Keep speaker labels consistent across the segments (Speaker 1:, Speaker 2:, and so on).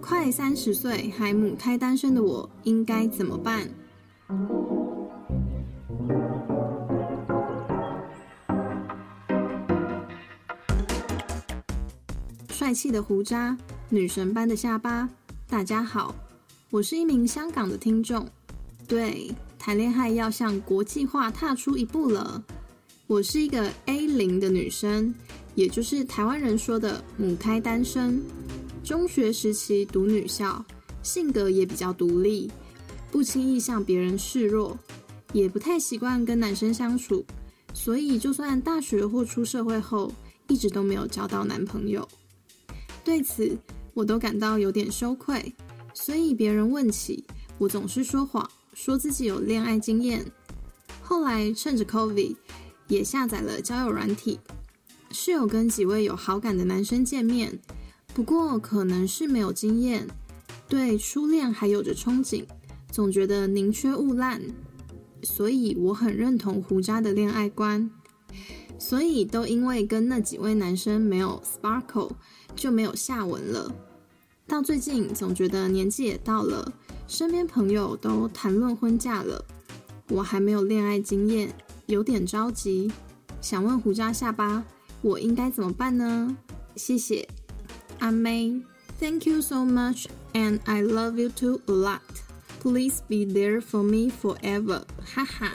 Speaker 1: 快三十岁还母胎单身的我应该怎么办？帅气的胡渣，女神般的下巴。大家好，我是一名香港的听众。对，谈恋爱要向国际化踏出一步了。我是一个 A 零的女生，也就是台湾人说的母胎单身。中学时期读女校，性格也比较独立，不轻易向别人示弱，也不太习惯跟男生相处，所以就算大学或出社会后，一直都没有交到男朋友。对此，我都感到有点羞愧，所以别人问起，我总是说谎，说自己有恋爱经验。后来趁着 COVID，也下载了交友软体，是有跟几位有好感的男生见面。不过可能是没有经验，对初恋还有着憧憬，总觉得宁缺毋滥，所以我很认同胡渣的恋爱观。所以都因为跟那几位男生没有 sparkle，就没有下文了。到最近总觉得年纪也到了，身边朋友都谈论婚嫁了，我还没有恋爱经验，有点着急，想问胡渣下巴，我应该怎么办呢？谢谢。阿妹，Thank you so much, and I love you too a lot. Please be there for me forever. 哈 哈。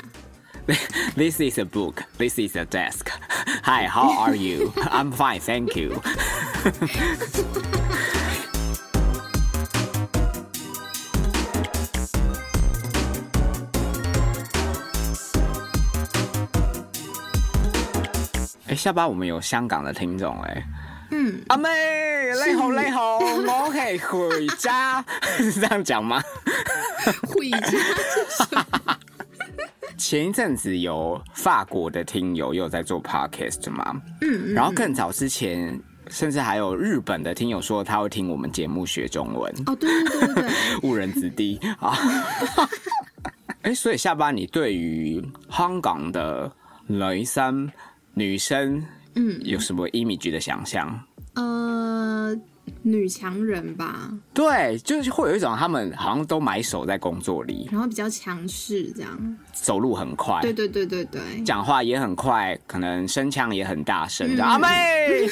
Speaker 2: This is a book. This is a desk. Hi, how are you? I'm fine, thank you. 哎、下巴我们有香港的听众哎、
Speaker 1: 嗯，
Speaker 2: 阿妹，你好，你好，我系回家， 是这样讲吗？
Speaker 1: 回家是什么？
Speaker 2: 前一阵子有法国的听友也有在做 podcast 嘛，
Speaker 1: 嗯
Speaker 2: 然后更早之前，甚至还有日本的听友说他会听我们节目学中文，
Speaker 1: 哦，对对对对 对，
Speaker 2: 误人子弟 啊。哎、所以下巴，你对于香港的女生、女生，
Speaker 1: 嗯，
Speaker 2: 有什么 image 的想象？
Speaker 1: 呃，女强人吧，
Speaker 2: 对，就是会有一种他们好像都埋首在工作里，
Speaker 1: 然后比较强势这样。
Speaker 2: 走路很快，
Speaker 1: 对对对对对，
Speaker 2: 讲话也很快，可能声腔也很大声的。
Speaker 1: 嗯
Speaker 2: 阿妹，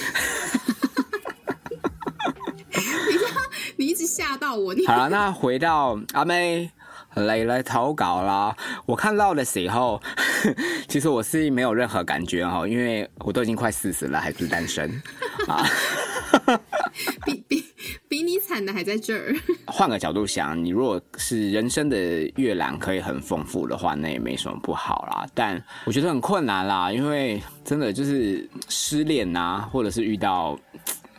Speaker 1: 你一直吓到我，你
Speaker 2: 好了，那回到阿妹。蕾蕾投稿啦！我看到的时候， 其实我是没有任何感觉哈，因为我都已经快四十了，还是单身。
Speaker 1: 比比比你惨的还在这 儿。
Speaker 2: 换个角度想，你如果是人生的阅览可以很丰富的话，那也没什么不好啦。但我觉得很困难啦，因为真的就是失恋啊，或者是遇到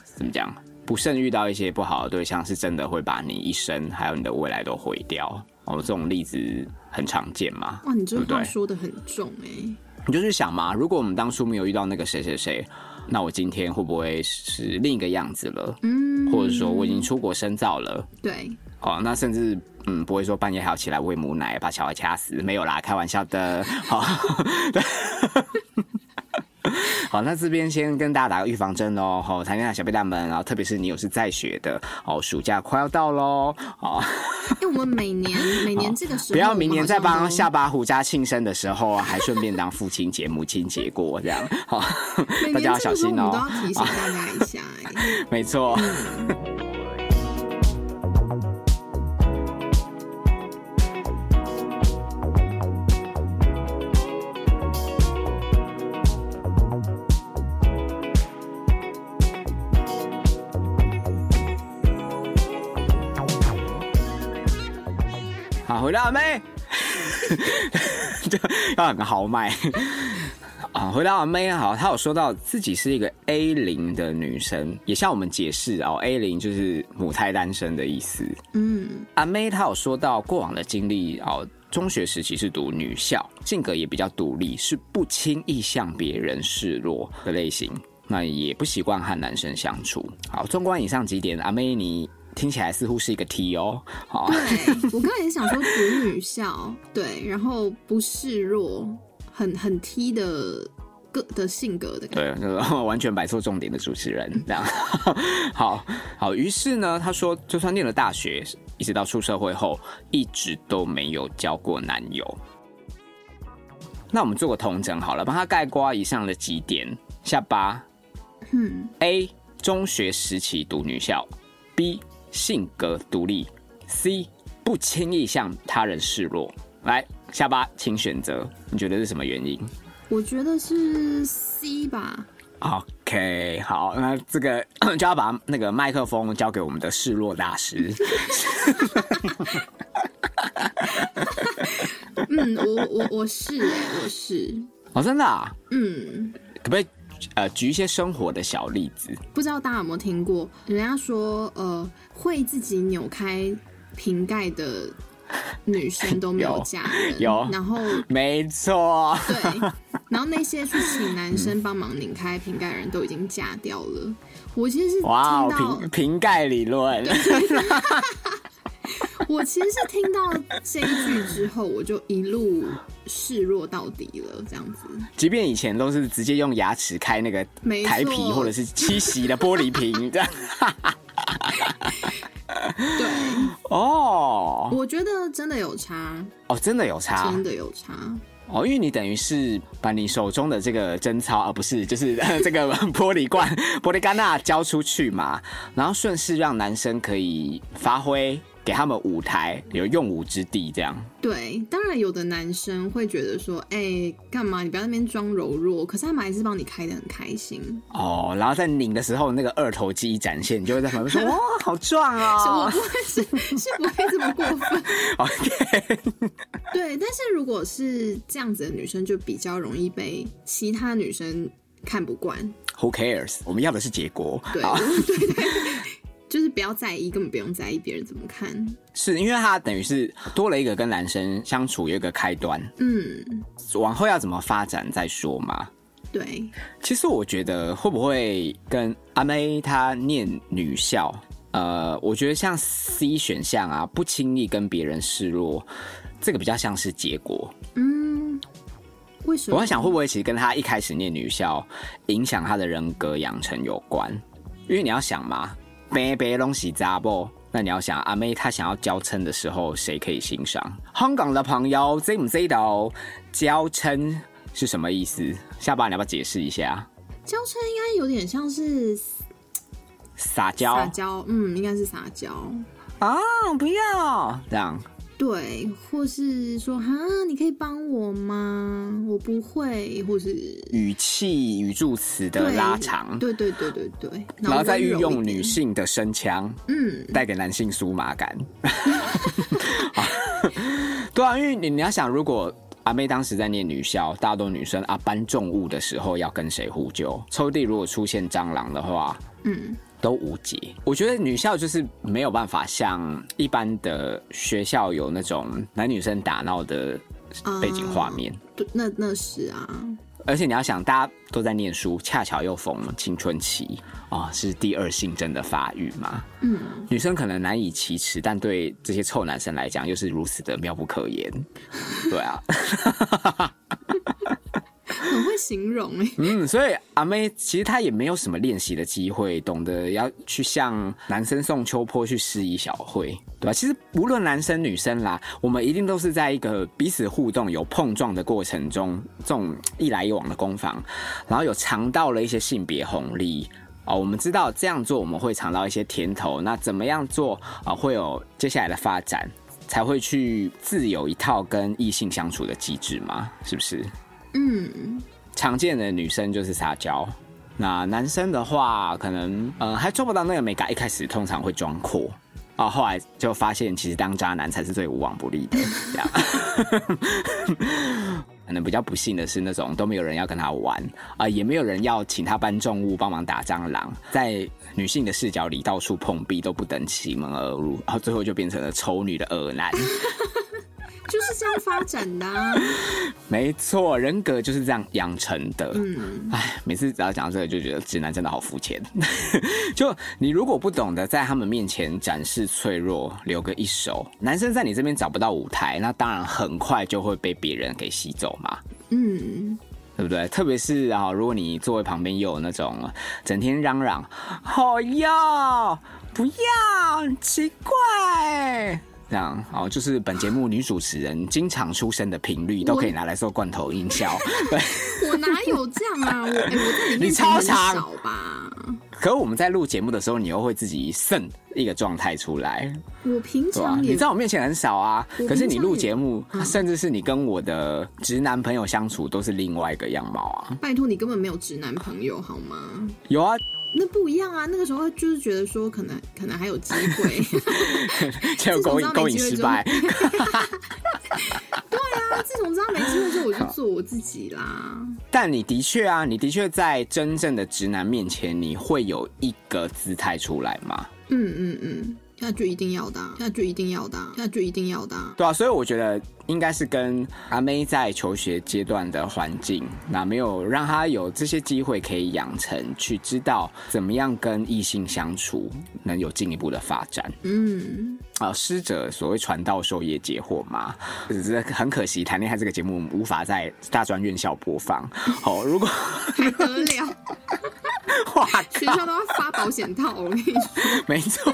Speaker 2: 怎么讲，不慎遇到一些不好的对象，是真的会把你一生还有你的未来都毁掉。哦，这种例子很常见嘛。
Speaker 1: 哇，你这
Speaker 2: 对不
Speaker 1: 话
Speaker 2: 对
Speaker 1: 说的很重哎、
Speaker 2: 你就去想嘛，如果我们当初没有遇到那个谁谁谁，那我今天会不会是另一个样子了？
Speaker 1: 嗯，
Speaker 2: 或者说我已经出国深造了？
Speaker 1: 对，
Speaker 2: 哦，那甚至嗯不会说半夜还要起来喂母奶把小孩掐死，没有啦，开玩笑的。好， 好，那这边先跟大家打个预防针喽。好、谈恋爱小贝蛋们，然后特别是你有是在学的哦，暑假快要到喽，哦，
Speaker 1: 因为我们每 年每年这个时候，
Speaker 2: 不要明年再
Speaker 1: 我们
Speaker 2: 帮
Speaker 1: 好像都
Speaker 2: 下巴胡家庆生的时候啊还顺便当父亲节、母亲节过这样，好、
Speaker 1: 每
Speaker 2: 大
Speaker 1: 年
Speaker 2: 家要
Speaker 1: 这
Speaker 2: 小
Speaker 1: 个时候
Speaker 2: 心
Speaker 1: 我们
Speaker 2: 哦
Speaker 1: 都。要提醒大家一下、 哎，
Speaker 2: 没错。好，回到了没？ 就 要很豪迈。啊，回到阿妹啊，好，她有说到自己是一个 A 零的女生，也向我们解释哦，A 零就是母胎单身的意思。
Speaker 1: 嗯
Speaker 2: 阿妹她有说到过往的经历哦，中学时期是读女校，性格也比较独立，是不轻易向别人示弱的类型，那也不习惯和男生相处。好，纵观以上几点，阿妹你听起来似乎是一个 T 哦，好、
Speaker 1: 对，我刚才也想说读女校，对，然后不示弱，很很 T 的个的性格的感觉。
Speaker 2: 对， 就是完全摆错重点的主持人这样。 好好，于是呢，他说，就算念了大学，一直到出社会后，一直都没有交过男友。那我们做个同整好了，帮他概括以上的几点：下巴
Speaker 1: 嗯，
Speaker 2: A 中学时期读女校，B 性格独立，C 不轻易向他人示弱。来，下巴，请选择，你觉得是什么原因？
Speaker 1: 我觉得是 C 吧。
Speaker 2: OK，好，那这个 就要把那个麦克风交给我们的示弱 大师。
Speaker 1: 嗯，我我我是欸我是，
Speaker 2: 哦，真的、啊，
Speaker 1: 嗯，
Speaker 2: 可不可以呃举一些生活的小例子？
Speaker 1: 不知道大家有没有听过，人家说呃，会自己扭开瓶盖的女生都没有
Speaker 2: 有
Speaker 1: 嫁人，
Speaker 2: 有
Speaker 1: 然后
Speaker 2: 没错，
Speaker 1: 对，然后那些去请男生帮忙拧开瓶盖的人都已经嫁掉了。我其实是听
Speaker 2: 哇
Speaker 1: 到
Speaker 2: 哦，，瓶瓶盖理论，
Speaker 1: 我其实是听到这一句之后，我就一路示弱到底了，这样子。
Speaker 2: 即便以前都是直接用牙齿开那个
Speaker 1: 没错
Speaker 2: 台皮或者是七席的玻璃瓶， 这样
Speaker 1: 对，
Speaker 2: 哦
Speaker 1: 我觉得真的有差，
Speaker 2: 哦，真的有差
Speaker 1: 真的有差。
Speaker 2: 哦，因为你等于是把你手中的这个贞操，而、不是就是 这个玻璃罐、 玻璃戛纳交出去嘛，然后顺势让男生可以发挥，给他们舞台，有用武之地这样。
Speaker 1: 对，当然有的男生会觉得说，哎、干嘛你不要在那边装柔弱？可是他们还是帮你开的很开心。
Speaker 2: 哦，然后在拧的时候，那个二头肌一展现，你就会在旁边说：“哇，好壮
Speaker 1: 是我
Speaker 2: 哦
Speaker 1: 不会是是不会这么过分，
Speaker 2: ！”OK，
Speaker 1: 对。但是如果是这样子的女生，就比较容易被其他女生看不惯。
Speaker 2: Who cares？我们要的是结果。哦
Speaker 1: 对，
Speaker 2: 好
Speaker 1: 对对对，就是不要在意，根本不用在意别人怎么看。
Speaker 2: 是因为他等于是多了一个跟男生相处有一个开端，
Speaker 1: 嗯，
Speaker 2: 往后要怎么发展再说嘛。
Speaker 1: 对，
Speaker 2: 其实我觉得会不会跟阿妹她念女校，呃，我觉得像 C 选项啊，不轻易跟别人示弱，这个比较像是结果。
Speaker 1: 嗯，为什
Speaker 2: 我
Speaker 1: 么？
Speaker 2: 在想会不会其实跟她一开始念女校影响她的人格养成有关，因为你要想嘛，白白东西杂不。那你要想，阿妹她想要娇嗔的时候，谁可以欣赏？香港的朋友知唔知道娇嗔是什么意思？下巴你要不要解释一下？
Speaker 1: 娇嗔应该有点像是
Speaker 2: 撒娇，
Speaker 1: 撒娇，嗯，应该是撒娇。
Speaker 2: 啊，不要这样
Speaker 1: 对，或是说哈，你可以帮我吗？我不会，或是
Speaker 2: 语气、语助词的
Speaker 1: 对
Speaker 2: 拉长，
Speaker 1: 对对对对对，
Speaker 2: 然后再运
Speaker 1: 温柔
Speaker 2: 用
Speaker 1: 一点
Speaker 2: 女，性的声腔，
Speaker 1: 嗯，
Speaker 2: 带给男性酥麻感。 对啊，因为你你要想，如果阿妹当时在念女校，大多女生啊搬重物的时候要跟谁呼救？抽屉如果出现蟑螂的话，
Speaker 1: 嗯，
Speaker 2: 都无解。我觉得女校就是没有办法像一般的学校有那种男女生打闹的
Speaker 1: 啊
Speaker 2: 背景画面。
Speaker 1: 对，那那是啊，
Speaker 2: 而且你要想，大家都在念书，恰巧又逢青春期啊、是第二性征的发育嘛。
Speaker 1: 嗯，
Speaker 2: 女生可能难以启齿，但对这些臭男生来讲，又是如此的妙不可言。对啊，
Speaker 1: 很会形容哎、
Speaker 2: 嗯，所以阿妹其实她也没有什么练习的机会，懂得要去向男生送秋波去施以小惠，对吧、其实无论男生女生啦，我们一定都是在一个彼此互动、有碰撞的过程中，这种一来一往的攻防，然后有尝到了一些性别红利。哦，我们知道这样做我们会尝到一些甜头，那怎么样做啊、会有接下来的发展，才会去自有一套跟异性相处的机制嘛？是不是？
Speaker 1: 嗯，
Speaker 2: 常见的女生就是撒娇，那男生的话，可能呃还做不到那个美感，一开始通常会装阔。啊，后来就发现，其实当渣男才是最无往不利的。这样， 可能比较不幸的是，那种都没有人要跟他玩啊、也没有人要请他搬重物、帮忙打蟑螂，在女性的视角里到处碰壁，都不等其门而入，然后最后就变成了丑女的恶男。
Speaker 1: 就是这样发展的、啊，
Speaker 2: 没错，人格就是这样养成的。
Speaker 1: 嗯，
Speaker 2: 唉，每次只要讲到这个，就觉得直男真的好肤浅。 就你如果不懂得在他们面前展示脆弱，留个一手，男生在你这边找不到舞台，那当然很快就会被别人给吸走嘛。
Speaker 1: 嗯，
Speaker 2: 对不对？特别是啊，如果你座位旁边又有那种呃整天嚷嚷“好要不要”，很奇怪，这样哦，就是本节目女主持人经常出声的频率都可以拿来做罐头音 效。对，
Speaker 1: 我哪有这样啊？我哎、我在里
Speaker 2: 你
Speaker 1: 面
Speaker 2: 超
Speaker 1: 很
Speaker 2: 常
Speaker 1: 少吧？
Speaker 2: 可我们在录节目的时候，你又会自己剩一个状态出来，
Speaker 1: 我平
Speaker 2: 对吧、啊
Speaker 1: 常
Speaker 2: 你
Speaker 1: 也
Speaker 2: 在我面前很少啊
Speaker 1: 我，
Speaker 2: 可是你
Speaker 1: 平常
Speaker 2: 录
Speaker 1: 也
Speaker 2: 节目，
Speaker 1: 嗯
Speaker 2: 甚至是你跟我的直男朋友相处，都是另外一个样貌啊。
Speaker 1: 拜托你根本没有直男朋友好吗？
Speaker 2: 有啊，
Speaker 1: 那不一样啊！那个时候就是觉得说，可能可能还有机 会。
Speaker 2: 结果勾引
Speaker 1: 自从知道
Speaker 2: 勾
Speaker 1: 没
Speaker 2: 引
Speaker 1: 机会
Speaker 2: 失
Speaker 1: 之后
Speaker 2: 败。
Speaker 1: 对啊，自从知道没机会之后，我就做我自己啦。
Speaker 2: 但你的确啊，你的确在真正的直男面前，你会有一个姿态出来嘛？
Speaker 1: 嗯嗯嗯，那就一定要的啊，那就一定要的啊，那就一定要的啊。
Speaker 2: 对啊，所以我觉得应该是跟阿妹在求学阶段的环境，那没有让她有这些机会可以养成，去知道怎么样跟异性相处，能有进一步的发展。
Speaker 1: 嗯，
Speaker 2: 啊、师者所谓传道授业解惑嘛，只是很可惜，谈恋爱这个节目无法在大专院校播放。好、如果
Speaker 1: 还得了？
Speaker 2: 哇
Speaker 1: 学
Speaker 2: 靠
Speaker 1: 校都要发保险套，我跟你说。
Speaker 2: 没错。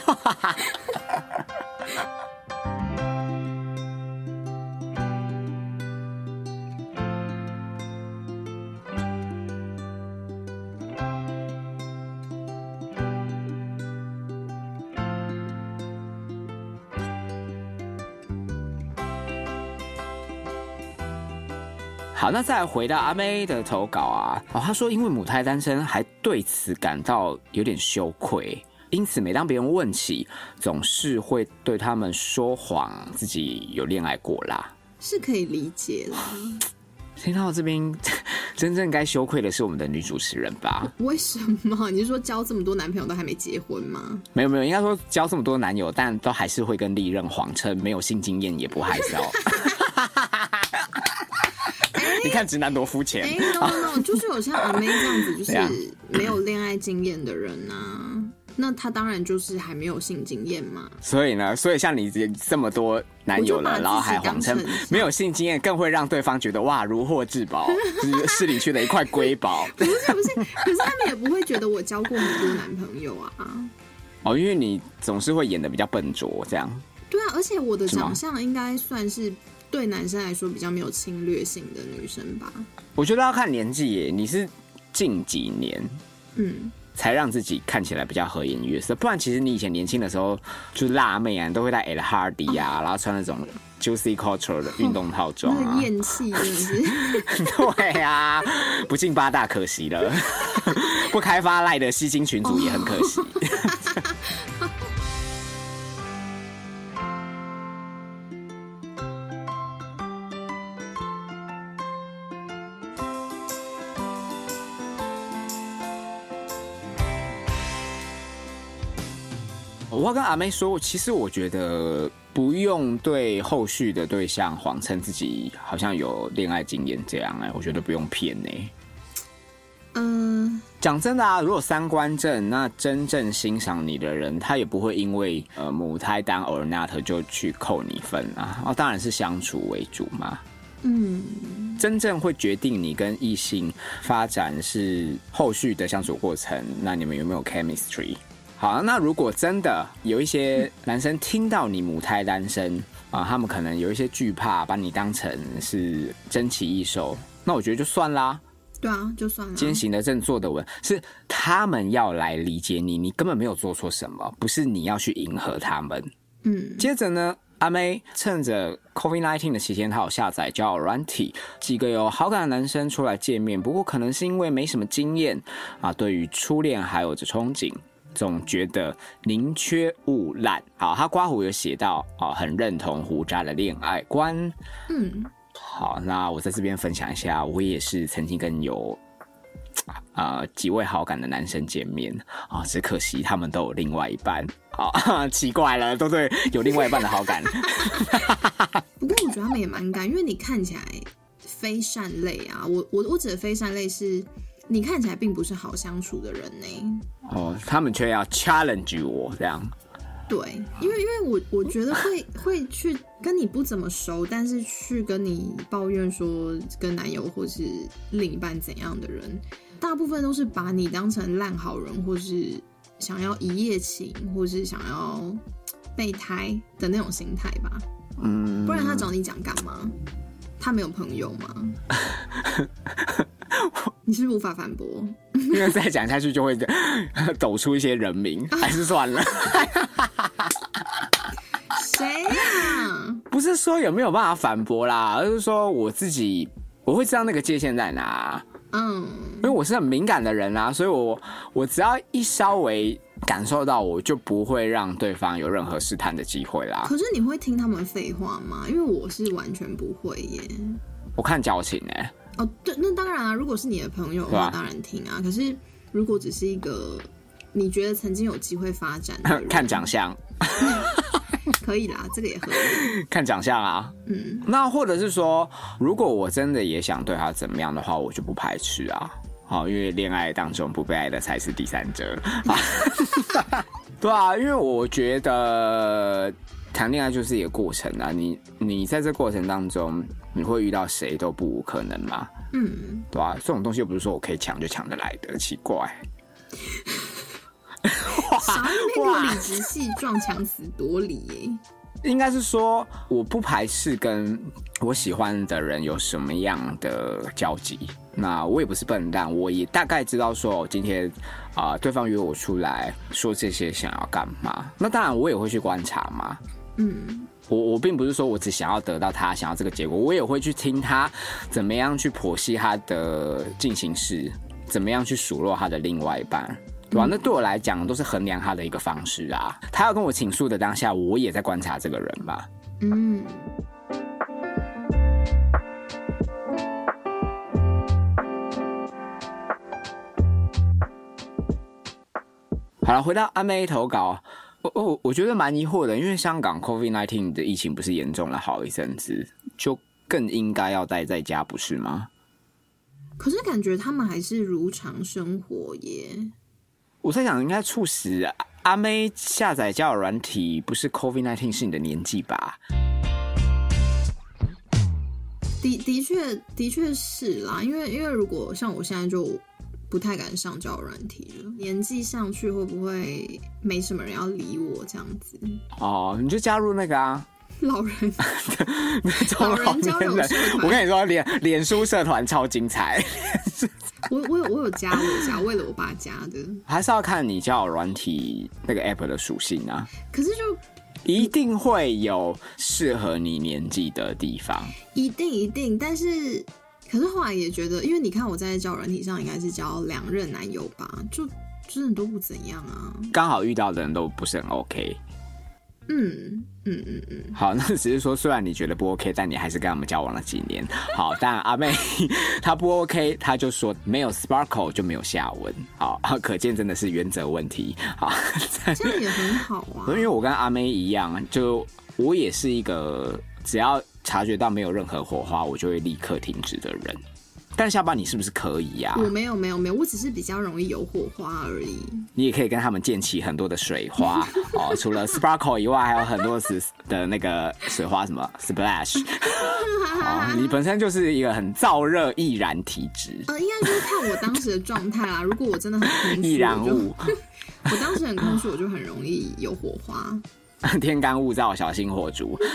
Speaker 2: 好，那再回到阿妹的投稿啊，哦，她说因为母胎单身，还对此感到有点羞愧，因此每当别人问起，总是会对他们说谎，自己有恋爱过啦。
Speaker 1: 是可以理解啦，
Speaker 2: 听到这边， 真正该羞愧的是我们的女主持人吧？
Speaker 1: 为什么？你是说交这么多男朋友都还没结婚吗？
Speaker 2: 没有没有，应该说交这么多男友，但都还是会跟历任谎称没有性经验，也不害臊。你看直男多肤浅啊
Speaker 1: 哎、。n o no no，就是 有像阿妹这样子，就
Speaker 2: 对啊
Speaker 1: 是没有恋爱经验的人啊，那他当然就是还没有性经验嘛。
Speaker 2: 所以呢，所以像你这这么多男友
Speaker 1: 我
Speaker 2: 了，
Speaker 1: 就把自己
Speaker 2: 然后还谎称
Speaker 1: 当成
Speaker 2: 没有性经验，更会让对方觉得哇如获至宝， 就是市里区的一块瑰宝
Speaker 1: 不是不是，可是他们也不会觉得我交过很多男朋友啊。
Speaker 2: 哦，因为你总是会演的比较笨拙这样。
Speaker 1: 对啊，而且我的
Speaker 2: 是吗
Speaker 1: 长相应该算是对男生来说比较没有侵略性的女生吧。
Speaker 2: 我觉得要看年纪耶，你是近几年
Speaker 1: 嗯，
Speaker 2: 才让自己看起来比较和颜悦色，不然其实你以前年轻的时候就是辣妹啊，你都会戴 L Hardy 啊，然后穿那种 Juicy Culture 的运动套装
Speaker 1: 那
Speaker 2: 啊
Speaker 1: 个，厌气真的是，
Speaker 2: 对啊，不进八大可惜了， 不开发赖的吸金群主也很可惜。我要跟阿妹说，其实我觉得不用对后续的对象谎称自己好像有恋爱经验这样哎、我觉得不用骗哎、
Speaker 1: 嗯、
Speaker 2: 讲真的啊，如果三观正，那真正欣赏你的人，他也不会因为呃母胎单 or not 就去扣你分啊。哦，当然是相处为主嘛。
Speaker 1: 嗯。
Speaker 2: 真正会决定你跟异性发展是后续的相处过程，那你们有没有 chemistry？好，那如果真的有一些男生听到你母胎单身啊、他们可能有一些惧怕，把你当成是珍奇异兽，那我觉得就算啦。
Speaker 1: 对啊，就算了。
Speaker 2: 今天行得正，坐得稳，是他们要来理解你，你根本没有做错什么，不是你要去迎合他们。
Speaker 1: 嗯，
Speaker 2: 接着呢，阿妹趁着 COVID 1 9的期间，她有下载交友软体，几个有好感的男生出来见面。不过可能是因为没什么经验啊，对于初恋还有着憧憬，总觉得宁缺毋滥。好，她刮胡有写到啊，很认同胡渣的恋爱观。
Speaker 1: 嗯，
Speaker 2: 好，那我在这边分享一下，我也是曾经跟有。啊几位好感的男生见面啊，只可惜他们都有另外一半啊， 奇怪了，都对有另外一半的好感，
Speaker 1: 不过我觉得他们也蛮敢，因为你看起来非善类啊。我我我指的非善类是，你看起来并不是好相处的人呢、
Speaker 2: 哦，他们却要 challenge 我这样。
Speaker 1: 对，因为因为我我觉得会会去跟你不怎么熟，但是去跟你抱怨说跟男友或是另一半怎样的人，大部分都是把你当成烂好人，或是想要一夜情，或是想要备胎的那种心态吧。
Speaker 2: 嗯，
Speaker 1: 不然他找你讲干嘛？他没有朋友吗？你是不是无法反驳？
Speaker 2: 因为再讲下去就会抖出一些人名，还是算了。
Speaker 1: 谁啊呀、
Speaker 2: 不是说有没有办法反驳啦，而是说我自己我会知道那个界限在哪，
Speaker 1: 嗯
Speaker 2: 因为我是很敏感的人啊，所以我我只要一稍微感受到，我就不会让对方有任何试探的机会啦。
Speaker 1: 可是你会听他们废话吗？因为我是完全不会耶。
Speaker 2: 我看交情哎、
Speaker 1: 哦，对，那当然啊，如果是你的朋友的
Speaker 2: 对
Speaker 1: 话，
Speaker 2: 啊
Speaker 1: 当然听啊。可是如果只是一个你觉得曾经有机会发展 的人，
Speaker 2: 看长相，
Speaker 1: 可以啦，这个也合理。
Speaker 2: 看长相啊。
Speaker 1: 嗯，
Speaker 2: 那或者是说，如果我真的也想对他怎么样的话，我就不排斥啊。好，因为恋爱当中不被爱的才是第三者。 对啊，因为我觉得谈恋爱就是一个过程啊。你你在这过程当中，你会遇到谁都不无可能嘛，
Speaker 1: 嗯，
Speaker 2: 对吧、啊？这种东西又不是说我可以抢就抢得来的，奇怪。
Speaker 1: 小妹那
Speaker 2: 哇
Speaker 1: 个理直气壮、强词夺理耶。
Speaker 2: 应该是说，我不排斥跟我喜欢的人有什么样的交集。那我也不是笨蛋，我也大概知道说，哦今天啊、对方约我出来说这些想要干嘛。那当然，我也会去观察嘛。
Speaker 1: 嗯，
Speaker 2: 我我并不是说我只想要得到他想要这个结果，我也会去听他怎么样去剖析他的进行式，怎么样去数落他的另外一半，对吧、那对我来讲都是衡量他的一个方式啊。他要跟我倾诉的当下，我也在观察这个人嘛。
Speaker 1: 嗯，
Speaker 2: 好了，回到阿妹投稿，啊我我我觉得蛮疑惑的，因为香港 COVID 1 9的疫情不是严重了好一阵子，就更应该要待在家，不是吗？
Speaker 1: 可是感觉他们还是如常生活耶。
Speaker 2: 我在想，应该促使阿阿妹下载交友软体，不是 COVID 1 9是你的年纪吧？
Speaker 1: 的的确的确是啦，因为因为如果像我现在就不太敢上交友软体了，年纪上去会不会没什么人要理我这样子？
Speaker 2: 哦，你就加入那 个啊，
Speaker 1: 老人
Speaker 2: 中
Speaker 1: 老
Speaker 2: 老年
Speaker 1: 人交友
Speaker 2: 人
Speaker 1: 社。团
Speaker 2: 我跟你说，脸脸书社团超精彩，
Speaker 1: 我我有我有加我有加，为了我爸加的。
Speaker 2: 还是要看你交友软体那个 app 的属性啊，
Speaker 1: 可是就
Speaker 2: 一定会有适合你年纪的地方。
Speaker 1: 一定一定，但是可是后来也觉得，因为你看我在交友软体上应该是交两任男友吧，就真的都不怎样啊。
Speaker 2: 刚好遇到的人都不是很 OK。
Speaker 1: 嗯嗯嗯嗯，
Speaker 2: 好，那只是说，虽然你觉得不 OK，但你还是跟他们交往了几年。好，但阿妹她不 OK，她就说没有 sparkle 就没有下文。好，可见真的是原则问题。好，
Speaker 1: 这样也很好啊
Speaker 2: 因。为我跟阿妹一样，就我也是一个只要察觉到没有任何火花，我就会立刻停止的人。但下班你是不是可以啊呀、
Speaker 1: 我没有没有没有，我只是比较容易有火花而已。
Speaker 2: 你也可以跟他们溅起很多的水花哦，除了 sparkle 以外，还有很多的的那个水花什么 splash。哦，你本身就是一个很燥热易燃体质，
Speaker 1: 呃，应该就是看我当时的状态啦。如果我真的很空
Speaker 2: 易
Speaker 1: 虚，
Speaker 2: 燃
Speaker 1: 我就
Speaker 2: 物，
Speaker 1: 我当时很空虚，我就很容易有火花。
Speaker 2: 天干物燥，小心火烛。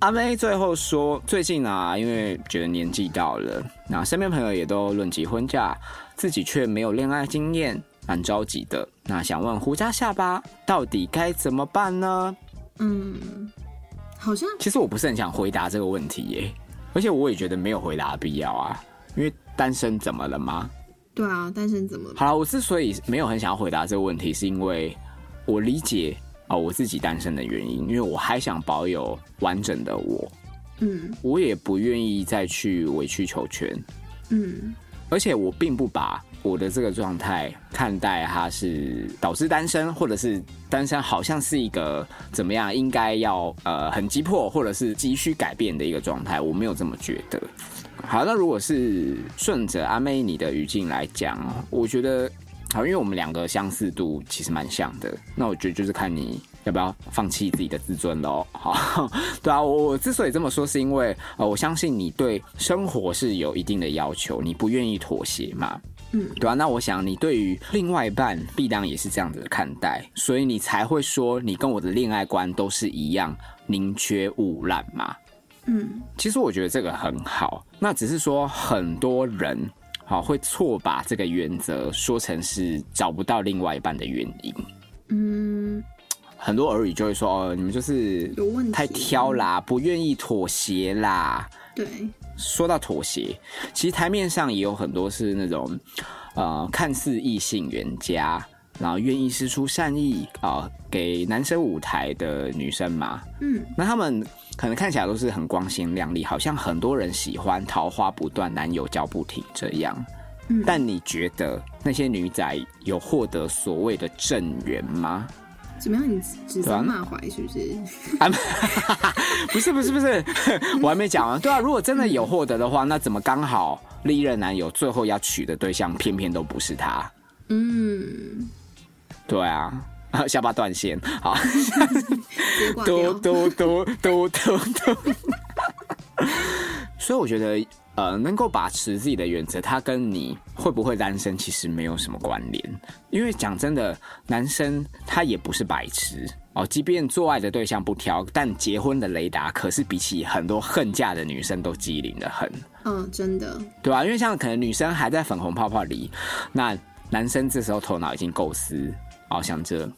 Speaker 2: 阿妹最后说，最近啊，因为觉得年纪到了，那身边朋友也都论及婚嫁，自己却没有恋爱经验，蛮着急的。那想问胡家下巴到底该怎么办呢？
Speaker 1: 嗯，好像
Speaker 2: 其实我不是很想回答这个问题耶，而且我也觉得没有回答的必要啊，因为单身怎么了吗？
Speaker 1: 对啊，单身怎么了？
Speaker 2: 好了，我之所以没有很想要回答这个问题，是因为我理解啊、我自己单身的原因，因为我还想保有完整的我，
Speaker 1: 嗯
Speaker 2: 我也不愿意再去委曲求全，
Speaker 1: 嗯
Speaker 2: 而且我并不把我的这个状态看待它是导致单身，或者是单身好像是一个怎么样应该要呃很急迫或者是急需改变的一个状态，我没有这么觉得。好，那如果是顺着阿妹你的语境来讲，我觉得好，因为我们两个相似度其实蛮像的，那我觉得就是看你要不要放弃自己的自尊喽？好，对啊，我我之所以这么说，是因为呃，我相信你对生活是有一定的要求，你不愿意妥协嘛。
Speaker 1: 嗯，
Speaker 2: 对啊，那我想你对于另外一半必当也是这样子的看待，所以你才会说你跟我的恋爱观都是一样，宁缺毋滥嘛。
Speaker 1: 嗯，
Speaker 2: 其实我觉得这个很好，那只是说很多人好会错把这个原则说成是找不到另外一半的原因，
Speaker 1: 嗯，
Speaker 2: 很多耳语就会说哦，你们就是
Speaker 1: 有问题
Speaker 2: 太挑啦，不愿意妥协啦。
Speaker 1: 对，
Speaker 2: 说到妥协，其实台面上也有很多是那种，呃，看似异性缘家，然后愿意施出善意啊、给男生舞台的女生嘛，
Speaker 1: 嗯
Speaker 2: 那他们可能看起来都是很光鲜亮丽，好像很多人喜欢桃花不断，男友叫不停这样。
Speaker 1: 嗯
Speaker 2: 但你觉得那些女仔有获得所谓的正缘吗？
Speaker 1: 怎么样？你指指
Speaker 2: 对啊
Speaker 1: 桑骂槐是不是？
Speaker 2: 啊，不是不是不是， 我还没讲完。对啊，如果真的有获得的话，那怎么刚好历任男友最后要娶的对象偏偏都不是他？
Speaker 1: 嗯，
Speaker 2: 对啊， 下巴断线，好。
Speaker 1: 直接挂
Speaker 2: 嘟
Speaker 1: 掉。
Speaker 2: 嘟嘟嘟嘟 嘟。所以我觉得，呃，能够把持自己的原则，它跟你会不会单身其实没有什么关联。因为讲真的，男生他也不是白痴哦，即便做爱的对象不挑，但结婚的雷达可是比起很多恨嫁的女生都机灵的很。
Speaker 1: 嗯，真的，
Speaker 2: 对啊吧、因为像可能女生还在粉红泡泡里，那男生这时候头脑已经构思，哦，想着，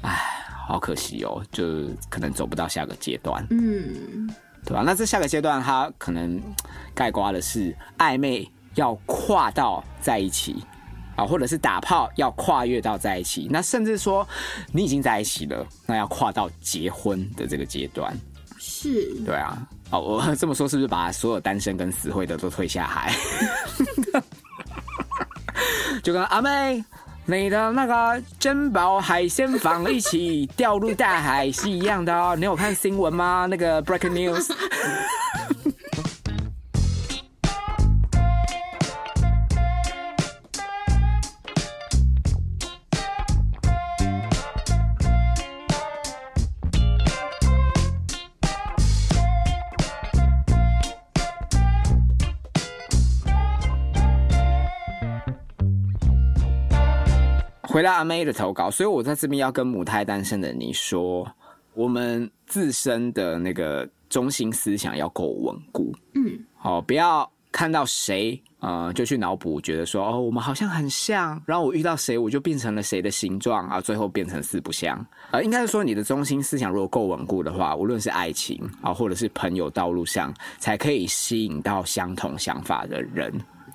Speaker 2: 唉，好可惜哦，就可能走不到下个阶段，
Speaker 1: 嗯，
Speaker 2: 对吧、那这下个阶段，他可能嗯盖瓜的是暧昧要跨到在一起。啊，或者是打炮要跨越到在一起，那甚至说你已经在一起了，那要跨到结婚的这个阶段，
Speaker 1: 是，
Speaker 2: 对啊，哦，我 这么说是不是把所有单身跟死会的都推下海？ 就跟阿妹，你的那个珍宝海鲜坊一起掉入大海是一样的哦。你有看新闻吗？那个 breaking news。回到阿妹的投稿，所以我在这边要跟母胎单身的你说，我们自身的那个中心思想要够稳固，
Speaker 1: 嗯，
Speaker 2: 好、不要看到谁，呃，就去脑补，觉得说哦，我们好像很像，然后我遇到谁，我就变成了谁的形状啊，最后变成四不像。呃，应该是说你的中心思想如果够稳固的话，无论是爱情啊、或者是朋友道路上，才可以吸引到相同想法的人，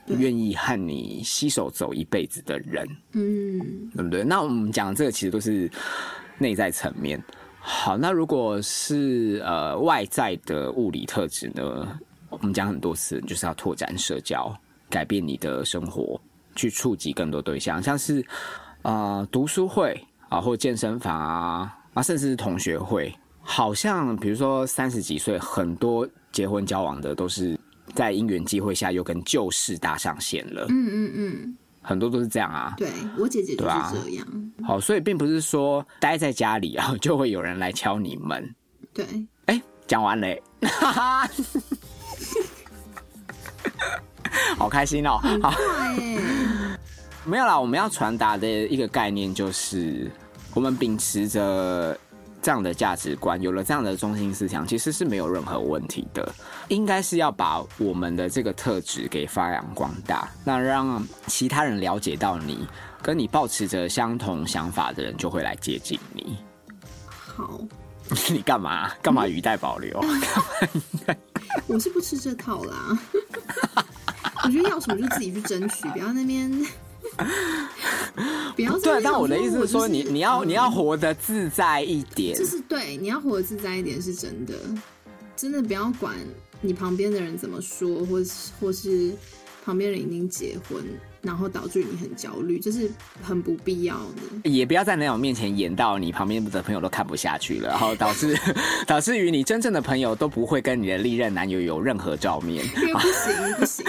Speaker 2: 愿意和你携手走一辈子的人。
Speaker 1: 嗯，
Speaker 2: 对不对？那我们讲的这个其实都是内在层面。好，那如果是呃外在的物理特质呢？我们讲很多次，就是要拓展社交，改变你的生活，去触及更多对象，像是呃读书会啊，或健身房啊，啊，甚至是同学会。好像比如说三十几岁，很多结婚交往的都是在因缘机会下又跟旧事搭上线了，
Speaker 1: 嗯嗯嗯，
Speaker 2: 很多都是这样啊。
Speaker 1: 对我姐姐就是
Speaker 2: 对啊
Speaker 1: 这样，
Speaker 2: 好，所以并不是说待在家里啊就会有人来敲你门。
Speaker 1: 对，
Speaker 2: 哎、讲完嘞、哈，好开心哦、好，
Speaker 1: 哇耶，
Speaker 2: 没有啦，我们要传达的一个概念就是，我们秉持着这样的价值观，有了这样的中心思想，其实是没有任何问题的。应该是要把我们的这个特质给发扬光大，那让其他人了解到你，跟你保持着相同想法的人就会来接近你。
Speaker 1: 好，
Speaker 2: 你干嘛？干嘛语带保留？
Speaker 1: 我是不吃这套啦。 我觉得要什么就自己去争取，不要那边， 不要在那边想说。
Speaker 2: 对，但我的意思是嗯
Speaker 1: 就
Speaker 2: 说，
Speaker 1: 是
Speaker 2: 你你要你要活得自在一点
Speaker 1: 就。是对，你要活得自在一点是真的，真的不要管你旁边的人怎么说，或是或是旁边人已经结婚，然后导致你很焦虑，这是很不必要的。
Speaker 2: 也不要在男友面前演到你旁边的朋友都看不下去了，然后导致 导致于你真正的朋友都不会跟你的历任男友有任何照面。
Speaker 1: 因为不行不行，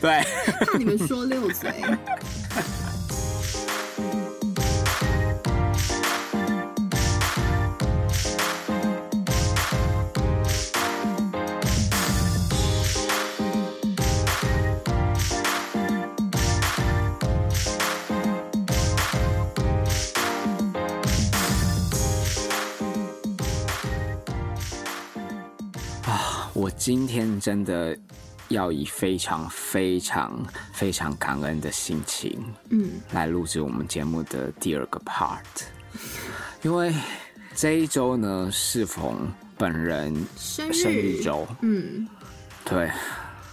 Speaker 2: 对，
Speaker 1: 怕你们说溜嘴。
Speaker 2: 我今天真的要以非常非常非常感恩的心情
Speaker 1: 嗯，
Speaker 2: 来录制我们节目的第二个 part，因为这一周呢适逢本人
Speaker 1: 生日，
Speaker 2: 生日周，
Speaker 1: 嗯，
Speaker 2: 对，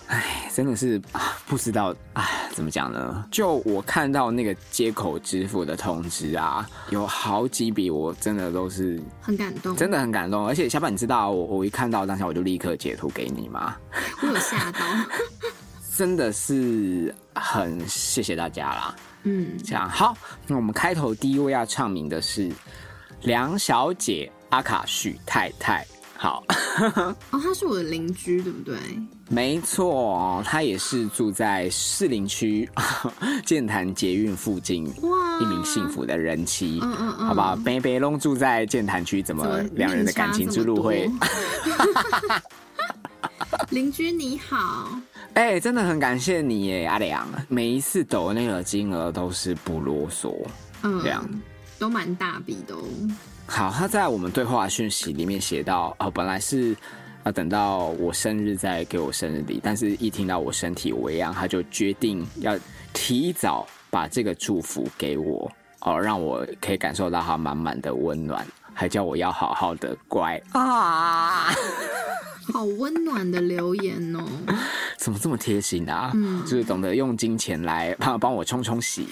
Speaker 2: 哎，真的是啊不知道啊，怎么讲呢？就我看到那个接口支付的通知啊，有好几笔我真的都是
Speaker 1: 很感动，
Speaker 2: 真的很感动，而且小板，你知道我我一看到当下我就立刻截图给你嘛，
Speaker 1: 我有吓到，
Speaker 2: 真的是很谢谢大家啦。
Speaker 1: 嗯，
Speaker 2: 这样好，那我们开头第一位要唱名的是梁小姐阿卡许太太。好，
Speaker 1: 哦，他是我的邻居，对不对？
Speaker 2: 没错，她也是住在士林区 健潭捷运附近，
Speaker 1: 哇，
Speaker 2: 一名幸，福的人妻。
Speaker 1: 嗯嗯嗯，
Speaker 2: 好吧，，北北龙住在健潭区，
Speaker 1: 怎
Speaker 2: 怎么
Speaker 1: 么
Speaker 2: 两人的感情之路会？
Speaker 1: 面 差这么多邻居你好，
Speaker 2: 哎、真的很感谢你耶，阿良。每一次抖那个金额都是不啰嗦。
Speaker 1: 嗯，
Speaker 2: 这样
Speaker 1: 都蛮大笔的哦，
Speaker 2: 好，他在我们对话讯息里面写到，哦，本来是要等到我生日再给我生日礼，但是一听到我身体微恙，他就决定要提早把这个祝福给我，哦，让我可以感受到他满满的温暖，还叫我要好好的乖 啊。
Speaker 1: 哦好温暖的留言 哦，
Speaker 2: 怎么这么贴心啊？
Speaker 1: 嗯
Speaker 2: 就是懂得用金钱来帮帮我冲冲喜，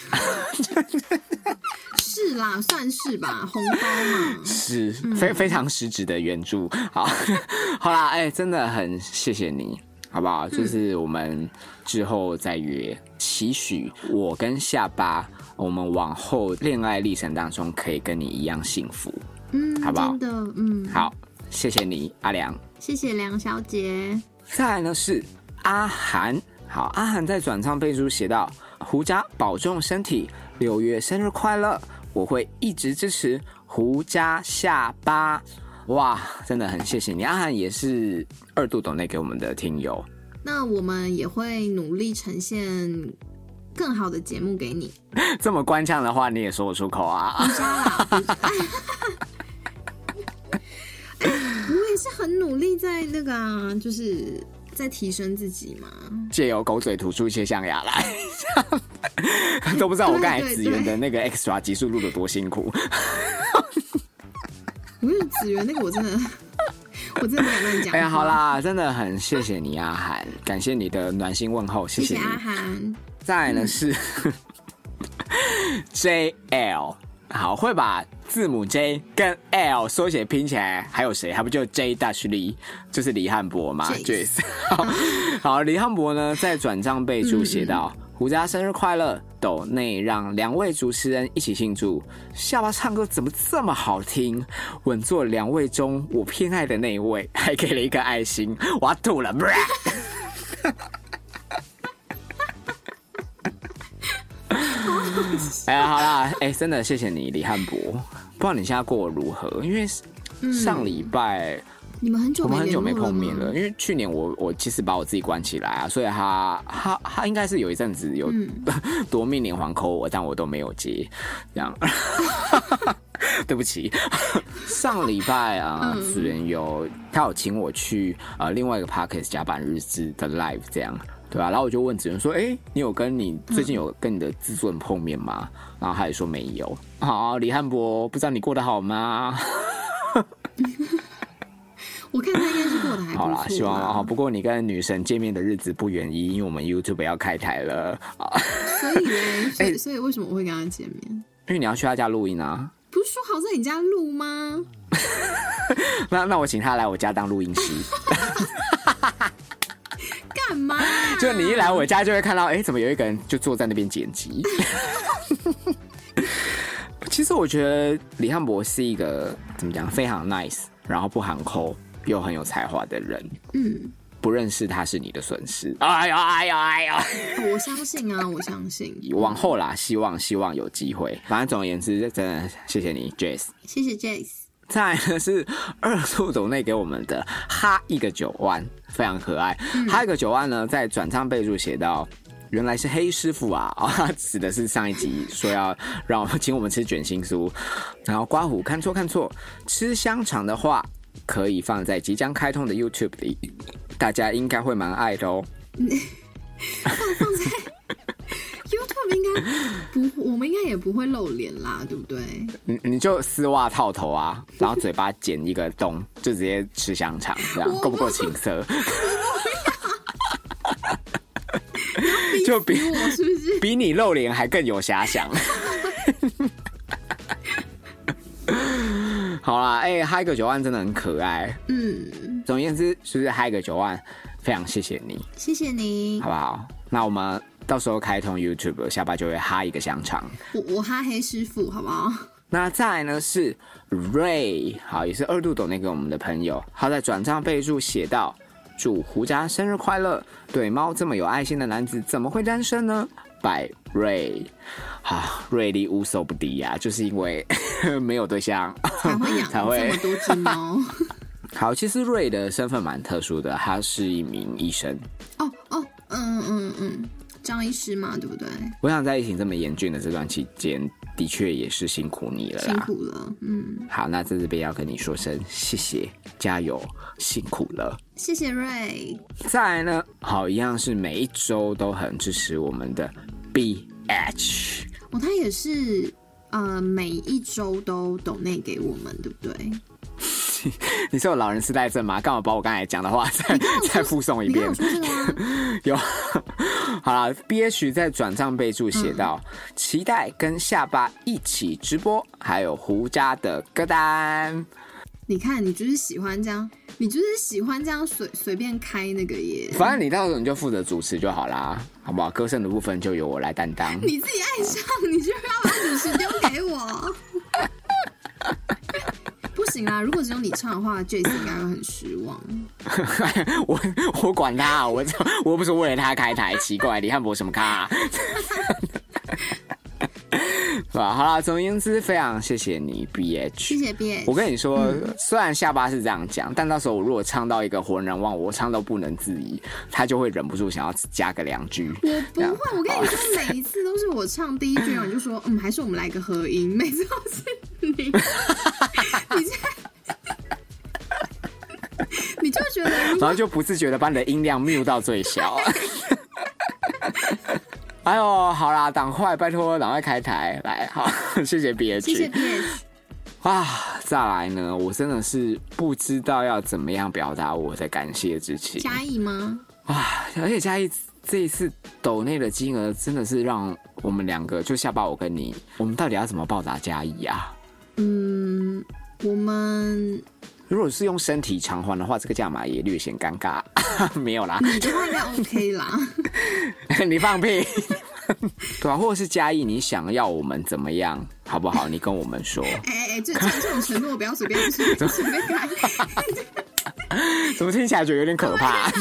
Speaker 1: 是啦，算是吧，红包嘛，
Speaker 2: 是非非常实质的援助。好， 好啦，哎、真的很谢谢你，好不好？就是我们之后再约，期许我跟下巴，我们往后恋爱历程当中可以跟你一样幸福。
Speaker 1: 嗯，
Speaker 2: 好不好
Speaker 1: 真的，嗯，，
Speaker 2: 好，谢谢你，阿良。
Speaker 1: 谢谢梁小姐，
Speaker 2: 再来呢是阿涵，好，阿涵在转账备注写到：胡家保重身体，六月生日快乐，我会一直支持胡家下巴。哇，真的很谢谢你，阿涵也是二度懂内给我们的听友。
Speaker 1: 那我们也会努力呈现更好的节目给你。
Speaker 2: 这么官腔的话你也说得出 口啊？
Speaker 1: 渣啦！不是哎我也是很努力在那个啊，就是在提升自己嘛。
Speaker 2: 借由狗嘴吐出一些象牙来， 都不知道我刚才
Speaker 1: 对对
Speaker 2: 子源的那个 extra 集数录得多辛苦。
Speaker 1: 我觉得子源那个我真的， 我真的不敢乱讲。
Speaker 2: 哎呀，好，啦，真的很谢谢你，阿涵，感谢你的暖心问候，
Speaker 1: 谢
Speaker 2: 谢
Speaker 1: 谢
Speaker 2: 你。
Speaker 1: 阿涵。
Speaker 2: 再来呢是 J L，好会把字母 J 跟 L 缩写拼起来，还有谁？还不就 J Dash 李，就是李汉博嘛
Speaker 1: Jace
Speaker 2: ？Jace，好，好，李汉博呢在转账备注写到：胡家生日快乐，斗内让两位主持人一起庆祝。下巴唱歌怎么这么好听？稳坐两位中我偏爱的那一位，还给了一个爱心，我要吐了。哎呀，好啦，哎、真的谢谢你，李汉博。不知道你现在过得如何？因为上礼拜、
Speaker 1: 你们很久
Speaker 2: 我们很久没
Speaker 1: 联络
Speaker 2: 碰面
Speaker 1: 吗
Speaker 2: 了，因为去年我我其实把我自己关起来啊，所以他他他应该是有一阵子有、
Speaker 1: 嗯
Speaker 2: 夺命连环 call 我，但我都没有接，这样。 对不起， 上礼拜啊，
Speaker 1: 嗯
Speaker 2: 子源有他有请我去呃另外一个 podcast 甲板日志的 live 这样，对吧、然后我就问子源说：“哎、你有跟你最近
Speaker 1: 嗯
Speaker 2: 有跟你的制作人碰面吗？”然后他也说没有。好，李汉博，不知道你过得好吗？
Speaker 1: 我看他应该是过得还不错。
Speaker 2: 好啦，希望啊。不过你跟女神见面的日子不远矣，因为我们 YouTube 要开台了啊，
Speaker 1: 所以嘞，
Speaker 2: 哎
Speaker 1: 所以所以为什么我会跟他见面？
Speaker 2: 因为你要去他家录音啊。
Speaker 1: 不是说好在你家录吗？
Speaker 2: 那那我请他来我家当录音师，
Speaker 1: 干嘛？
Speaker 2: 就你一来我家就会看到，哎、怎么有一个人就坐在那边剪辑？其实我觉得李汉博是一个怎么讲，非常 nice，然后不含抠又很有才华的人。
Speaker 1: 嗯，
Speaker 2: 不认识他是你的损失。哎呦哎呦哎呦！
Speaker 1: 我相信啊，我相信。
Speaker 2: 往后啦，希望希望有机会。反正总而言之，真的谢谢你，Jace。
Speaker 1: 谢谢 Jace。
Speaker 2: 再来呢是二度总内给我们的哈一个九万，非常可爱。哈一个九万呢，在转账备注写到。原来是黑师傅啊！ 哦，他指的是上一集说要让我们请我们吃卷心酥，然后刮胡看错看错，吃香肠的话可以放在即将开通的 YouTube 里，大家应该会蛮爱的哦。
Speaker 1: 放在 YouTube 应该不，我们应该也不会露脸啦，对不对？
Speaker 2: 你你就丝袜套头啊，然后嘴巴剪一个洞，就直接吃香肠，这样
Speaker 1: 我
Speaker 2: 够不够情色？就比
Speaker 1: 逼我是不是？
Speaker 2: 比你露脸还更有遐想。 好啦，哎、嗨个九万真的很可爱。
Speaker 1: 嗯，
Speaker 2: 总而言之，就是嗨个九万，非常谢谢你，
Speaker 1: 谢谢你
Speaker 2: 好。不好？那我们到时候开通 YouTube，下巴就会哈一个香肠。
Speaker 1: 我我哈黑师傅，好不好？
Speaker 2: 那再来呢是 Ray，好，也是二度懂那个我们的朋友，他在转账备注写道：“祝胡家生日快乐！对猫这么有爱心的男子怎么会单身呢？”拜 Ray，啊，瑞丽无所不敌呀、就是因为 没有对象。
Speaker 1: 才会养
Speaker 2: 才会
Speaker 1: 这么多只猫。
Speaker 2: 好，其实瑞的身份蛮特殊的，他是一名医生。
Speaker 1: 哦哦，嗯嗯嗯，张医师嘛，对不对？
Speaker 2: 我想在疫情这么严峻的这段期间，的确也是辛苦你了
Speaker 1: 辛
Speaker 2: 啦。
Speaker 1: 苦了，嗯，
Speaker 2: 好，那在这边要跟你说声谢谢，加油，辛苦了。
Speaker 1: 谢谢瑞。
Speaker 2: 再来呢，好，一样是每一周都很支持我们的 B H。
Speaker 1: 哦，他也是呃，每一周都抖内给我们，对不对？
Speaker 2: 你是有老人痴呆症吗？干嘛把我刚才讲的话 再 再附送一
Speaker 1: 你跟
Speaker 2: 遍
Speaker 1: 我？说这个吗？
Speaker 2: 有， 好了，B H 在转账备注写到、期待跟下巴一起直播，还有胡家的歌单。
Speaker 1: 你看，你就是喜欢这样，你就是喜欢这样随随便开那个耶。
Speaker 2: 反正你到时候你就负责主持就好啦，好不好？歌声的部分就由我来担当。
Speaker 1: 你自己爱上，你就不要把主持丢给 我。不行啊！如果只有你唱的话，Jace 应该会很失望。
Speaker 2: 我我管他、啊，我我又不是为了他开台，奇怪，李汉博什么咖、 啊？是吧？好啦，总而言之，非常谢谢你，B
Speaker 1: 谢
Speaker 2: H。
Speaker 1: 谢嗯 B H
Speaker 2: 我。跟你说，虽然下巴是这样讲，但到时候我如果唱到一个浑然忘我，我唱到不能自已，他就会忍不住想要加个两 句。
Speaker 1: 我不会，我跟你说，每一次都是我唱第一句，然后你就说，嗯，还是我们来个合音，每次都是你， 你这，你就觉得嗯
Speaker 2: 然后就不自觉的把你的音量 mute 到最 小。 哎呦，好啦，赶快，拜托，赶快开台来，好，谢谢 B H，
Speaker 1: 谢谢 B H，
Speaker 2: 啊，再来呢，我真的是不知道要怎么样表达我的感谢之情
Speaker 1: 嘉义吗？
Speaker 2: 啊！而且嘉义这一次抖内的金额真的是让我们两个，就下巴我跟你，我们到底要怎么报答嘉义啊？
Speaker 1: 嗯，我们
Speaker 2: 如果是用身体偿还的话，这个价码也略显尴尬。 没有啦，
Speaker 1: 你的话应该 OK 啦，
Speaker 2: 你放屁。 对啊，或者是嘉义，你想要我们怎么样，好不好？你跟我们说，
Speaker 1: 哎哎哎，这这这种承诺不要随便随便随便改，
Speaker 2: 怎么听起来觉得有点可怕？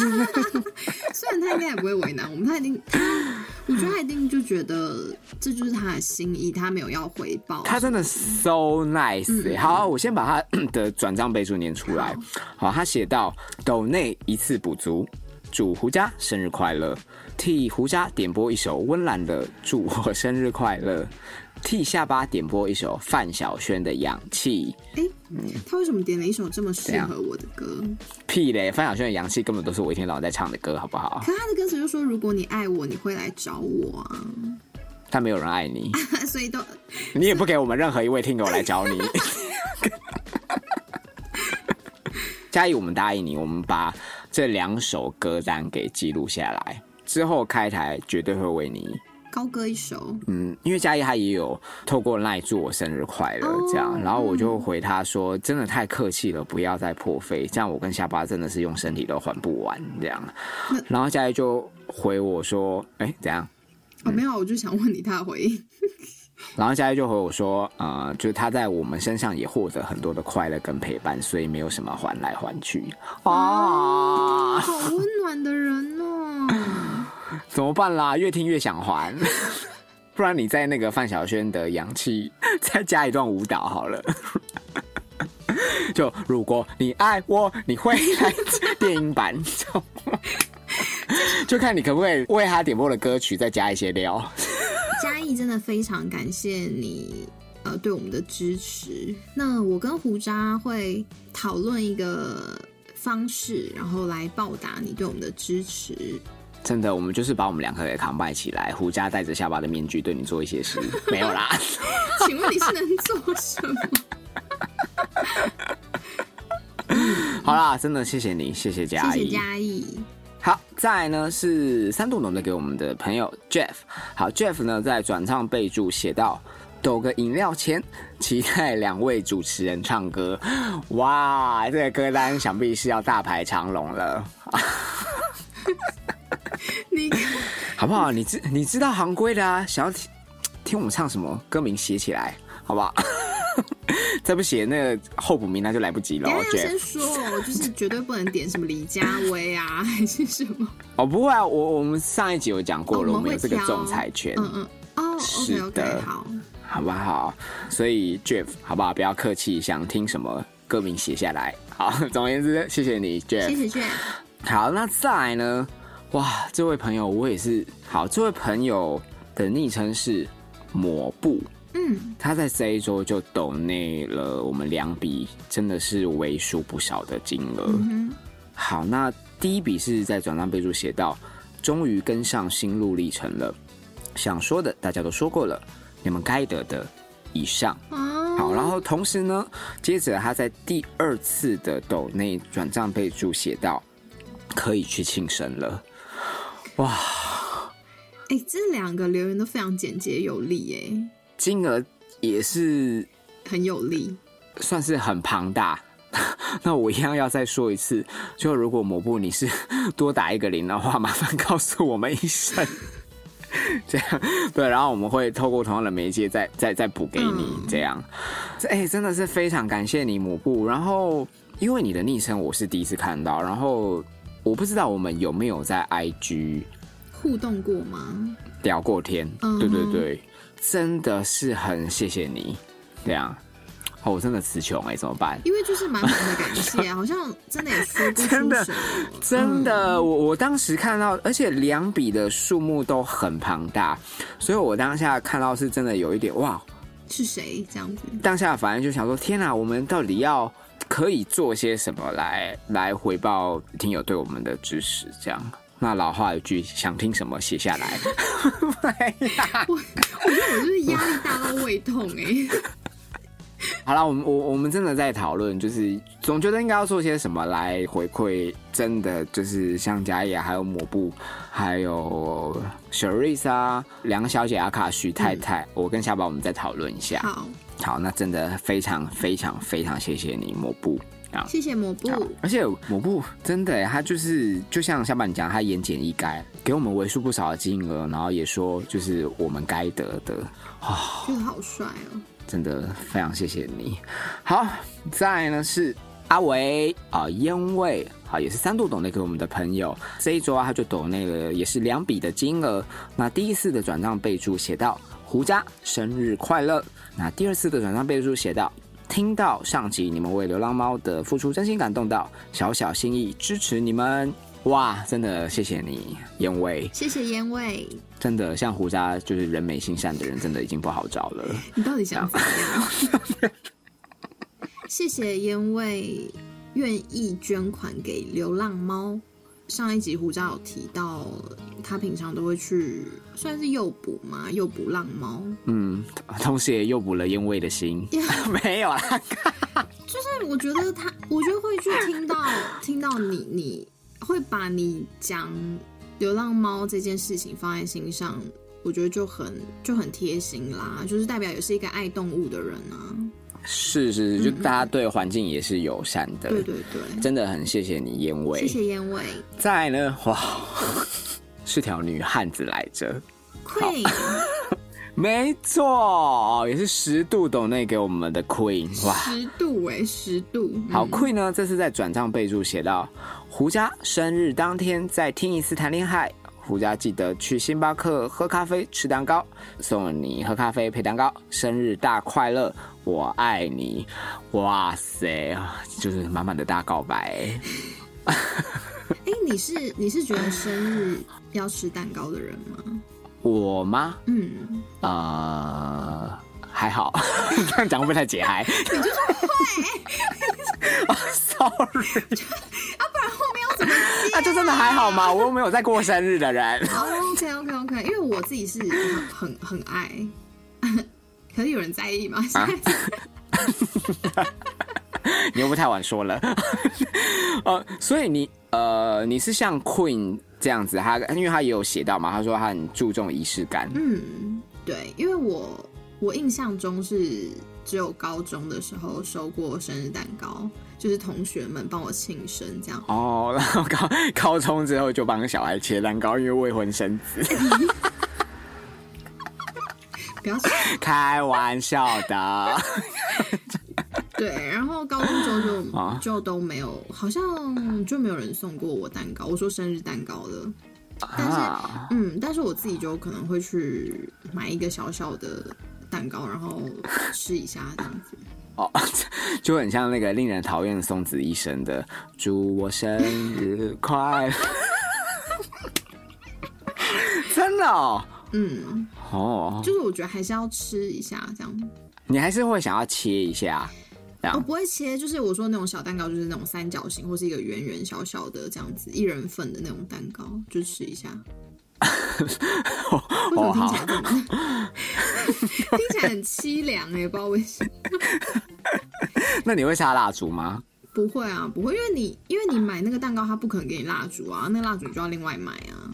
Speaker 1: 虽然他应该也不会为难我们，他一定，我觉得他一定就觉得这就是他的心意，他没有要回报，
Speaker 2: 他真的 so nice 欸、好，我先把他 的转账备注念出来。好，他写到斗内一次补足，祝胡家生日快乐，替胡家点播一首温岚的《祝我生日快乐》，替下巴点播一首范晓萱的《氧气
Speaker 1: 哎、
Speaker 2: 嗯
Speaker 1: 他为什么点了一首这么适合我的歌？》。
Speaker 2: 屁嘞，范晓萱的《氧气》根本都是我一天到晚在唱的歌，好不好？
Speaker 1: 可他的歌词就说：“如果你爱我，你会来找我啊。
Speaker 2: 但没有人爱你，”
Speaker 1: 所以都
Speaker 2: 你也不给我们任何一位听友来找你。 嘉义，我们答应你，我们把这两首歌单给记录下来，之后开台绝对会为你。
Speaker 1: 高歌一首，哦
Speaker 2: 嗯，因为嘉义他也有透过赖祝我生日快乐
Speaker 1: 哦
Speaker 2: 这样，然后我就回他说，真的太客气了，不要再破费，这样我跟下巴真的是用身体都还不完这样。然后嘉义就回我说，哎、怎样？
Speaker 1: 哦，
Speaker 2: 嗯
Speaker 1: 没有，我就想问你他的回 应。
Speaker 2: 然后佳怡就回我说，呃，就是他在我们身上也获得很多的快乐跟陪伴，所以没有什么还来还去啊，
Speaker 1: 好温暖的人哦！
Speaker 2: 怎么办啦？越听越想还， 不然你在那个范晓萱的《氧气》 再加一段舞蹈好了。 就如果你爱我，你会来电影版，知道吗 就看你可不可以为他点播的歌曲再加一些料。
Speaker 1: 嘉义真的非常感谢你，呃，呃对我们的支持。那我跟胡渣会讨论一个方式，然后来报答你对我们的支持。
Speaker 2: 真的，我们就是把我们两个给扛拜起来，胡渣戴着下巴的面具对你做一 些事，没有啦。
Speaker 1: 请问你是能做什么？
Speaker 2: 好啦，真的谢谢你，谢谢 嘉
Speaker 1: 谢
Speaker 2: 义，
Speaker 1: 谢嘉义。
Speaker 2: 好，再来呢是三度浓的给我们的朋友 Jeff。好，Jeff 呢在转唱备注写到：“抖个饮料钱，期待两位主持人唱歌。”哇，这个歌单想必是要大排长龙了，
Speaker 1: 你
Speaker 2: 好不好？你知你知道行规的啊，想要听听我们唱什么歌名写起来，好不好？ 再不写那个候补名单就来不及了
Speaker 1: 等一下要先。
Speaker 2: ，Jeff
Speaker 1: 说哦，就是绝对不能点什么李佳薇啊， 还是什么？
Speaker 2: 哦，不会啊，我我们上一集有讲过了，
Speaker 1: 哦我们
Speaker 2: 我们有
Speaker 1: 会
Speaker 2: 这个
Speaker 1: 挑
Speaker 2: 仲裁权。
Speaker 1: 嗯嗯，哦
Speaker 2: 是
Speaker 1: ，OK
Speaker 2: 的
Speaker 1: OK，好，
Speaker 2: 好不好？所以 Jeff，好不好？不要客气，想听什么歌名写下来。好， 总而言之，谢谢你
Speaker 1: 谢
Speaker 2: ，Jeff。
Speaker 1: 谢卷。
Speaker 2: 好，那再来呢？哇，这位朋友我也是好，这位朋友的昵称是抹布，
Speaker 1: 嗯，
Speaker 2: 他在这一周就抖内了我们两笔，真的是为数不少的金额。
Speaker 1: 嗯
Speaker 2: 好，那第一笔是在转账备注写到，终于跟上心路历程了，想说的大家都说过了，你们该得的以上。
Speaker 1: 哼，哦，
Speaker 2: 好，然后同时呢，接着他在第二次的抖内转账备注写到，可以去庆生了。
Speaker 1: 哎、这两个留言都非常简洁有力、
Speaker 2: 金额也是
Speaker 1: 哎，很有力。
Speaker 2: 算是很庞大。 那我一样要再说一次，就如果抹布你是多打一个零的话，麻烦告诉我们一声。 这样对，然后我们会透过同样的媒介再再再补给你
Speaker 1: 嗯
Speaker 2: 这样。这哎、真的是非常感谢你抹布。然后因为你的昵称我是第一次看到，然后我不知道我们有没有在 IG
Speaker 1: 互动过吗？
Speaker 2: 聊过天，
Speaker 1: 嗯
Speaker 2: 对对对，真的是很谢谢你，这样。哦，我真的词穷哎，怎么办？
Speaker 1: 因为就是满满的感谢，啊好像真的也说不出什
Speaker 2: 真的
Speaker 1: 么。
Speaker 2: 真的，我我当时看到，而且两笔的数目都很庞大，所以我当下看到是真的有一点哇，
Speaker 1: 是谁这样子？
Speaker 2: 当下反正就想说，天哪、我们到底要可以做些什么来来回报听友对我们的支持？这样，那老话一句，想听什么写下来。
Speaker 1: 我我觉得我就是压力大到胃痛哎、
Speaker 2: 好了，我们我我们真的在讨论，就是总觉得应该要做些什么来回馈，真的就是像贾野、还有抹布、还有 Sharisa、梁小姐、阿卡、徐太太，我跟小宝我们再讨论一下。
Speaker 1: 好，
Speaker 2: 好，那真的非常非常非常谢谢你，抹布。啊，
Speaker 1: 谢谢抹布。
Speaker 2: 好而且抹布真的耶，他就是就像小板讲，他言简意赅，给我们为数不少的金额，然后也说就是我们该得的，
Speaker 1: 就是好帅哦、
Speaker 2: 真的非常谢谢你。好，再来呢是阿维啊，烟味啊，也是三度懂内给我们的朋友，这一周啊他就懂内了，也是两笔的金额。那第一次的转账备注写到胡家生日快乐，那第二次的转账备注写到。听到上集你们为流浪猫的付出真心感动到，小小心意支持你们，哇，真的谢谢你，烟味，
Speaker 1: 谢谢烟味，
Speaker 2: 真的像胡家就是人美心善的人，真的已经不好找了。
Speaker 1: 你到底想怎样？ 谢谢烟味愿意捐款给流浪猫。上一集胡渣有提到，他平常都会去算是诱捕嘛，诱捕浪猫。
Speaker 2: 嗯，同时也诱捕了烟味 的心。没
Speaker 1: 啊
Speaker 2: 有啦，
Speaker 1: 就是我觉得他，我觉得会去听到 听到你，你会把你讲流浪猫这件事情放在心上，我觉得就很就很贴心啦，就是代表也是一个爱动物的人啊。
Speaker 2: 是是是，就大家对环境也是友善的。
Speaker 1: 嗯对对对，
Speaker 2: 真的很谢谢你烟味。
Speaker 1: 谢谢烟味
Speaker 2: 再来呢，哇， 是条女汉子来着，
Speaker 1: Queen，
Speaker 2: 没错，也是十度斗内给我们的 Queen，哇，
Speaker 1: 十度哎、十度，嗯
Speaker 2: 好，Queen 呢，这次在转账备注写到，胡佳生日当天再听一次谈恋爱。胡佳记得去星巴克喝咖啡、吃蛋糕，送你喝咖啡配蛋糕，生日大快乐，我爱你！哇塞，就是满满的大告白。
Speaker 1: 哎、你是你是觉得生日要吃蛋糕的人吗？
Speaker 2: 我吗？
Speaker 1: 嗯，
Speaker 2: 呃，还好，这样讲会不会太解嗨？
Speaker 1: 你就是会，
Speaker 2: 哦 sorry，
Speaker 1: 啊，不然后面要怎么接？
Speaker 2: 啊，就真的还好嘛，我又没有在过生日的人。
Speaker 1: 哦，OK OK OK，因为我自己是很很很爱， 可是有人在意吗？
Speaker 2: 啊你又不太晚说了， 呃，所以你呃，你是像 Queen 这样子，他因为他也有写到嘛，他说他很注重仪式感，
Speaker 1: 嗯，对，因为我我印象中是只有高中的时候收过生日蛋糕，就是同学们帮我庆生这样。
Speaker 2: 哦，然后高高中之后就帮小孩切蛋糕，因为未婚生子，
Speaker 1: 不要吵
Speaker 2: 开玩笑的，
Speaker 1: 对，然后高中之后就、
Speaker 2: 啊
Speaker 1: 就都没有，好像就没有人送过我蛋糕。我说生日蛋糕的，但是、
Speaker 2: 啊
Speaker 1: 嗯，但是我自己就可能会去买一个小小的蛋糕，然后吃一下这样子。
Speaker 2: 哦，就很像那个令人讨厌的松子医生的“祝我生日快乐”， 真的哦，
Speaker 1: 嗯，
Speaker 2: 哦，
Speaker 1: 就是我觉得还是要吃一下这样。
Speaker 2: 你还是会想要切一下，这
Speaker 1: 我
Speaker 2: 样
Speaker 1: 哦不会切，就是我说那种小蛋糕，就是那种三角形或是一个圆圆小小的这样子，一人份的那种蛋糕，就吃一下。为什么听起来这么？ 听起来很凄凉哎、不知道为什么。
Speaker 2: 那你会插蜡烛吗？
Speaker 1: 不会啊，不会，因为你因为你买那个蛋糕，他不可能给你蜡烛啊，那蜡烛你就要另外买啊。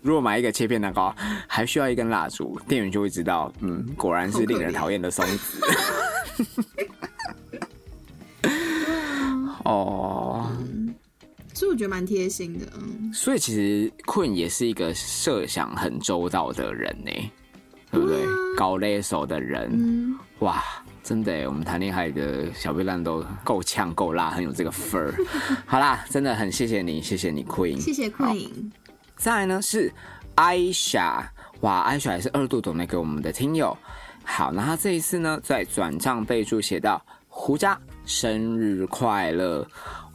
Speaker 2: 如果买一个切片蛋糕，还需要一根蜡烛，店员就会知道，嗯，果然是令人讨厌的松子。哦，
Speaker 1: 所以我觉得蛮贴心的，嗯，
Speaker 2: 所以其实困也是一个设想很周到的人呢、对不对
Speaker 1: 对啊？
Speaker 2: 搞勒手的人，
Speaker 1: 嗯
Speaker 2: 哇，真的耶，我们谈恋爱的小贝烂都够呛够辣，很有这个份儿。好啦，真的很谢谢你，谢谢你，Queen，
Speaker 1: 谢谢 Queen，
Speaker 2: 再来呢是艾莎，哇，艾莎也是二度懂得给我们的听友。好，那他这一次呢，在转账备注写到“胡渣生日快乐”，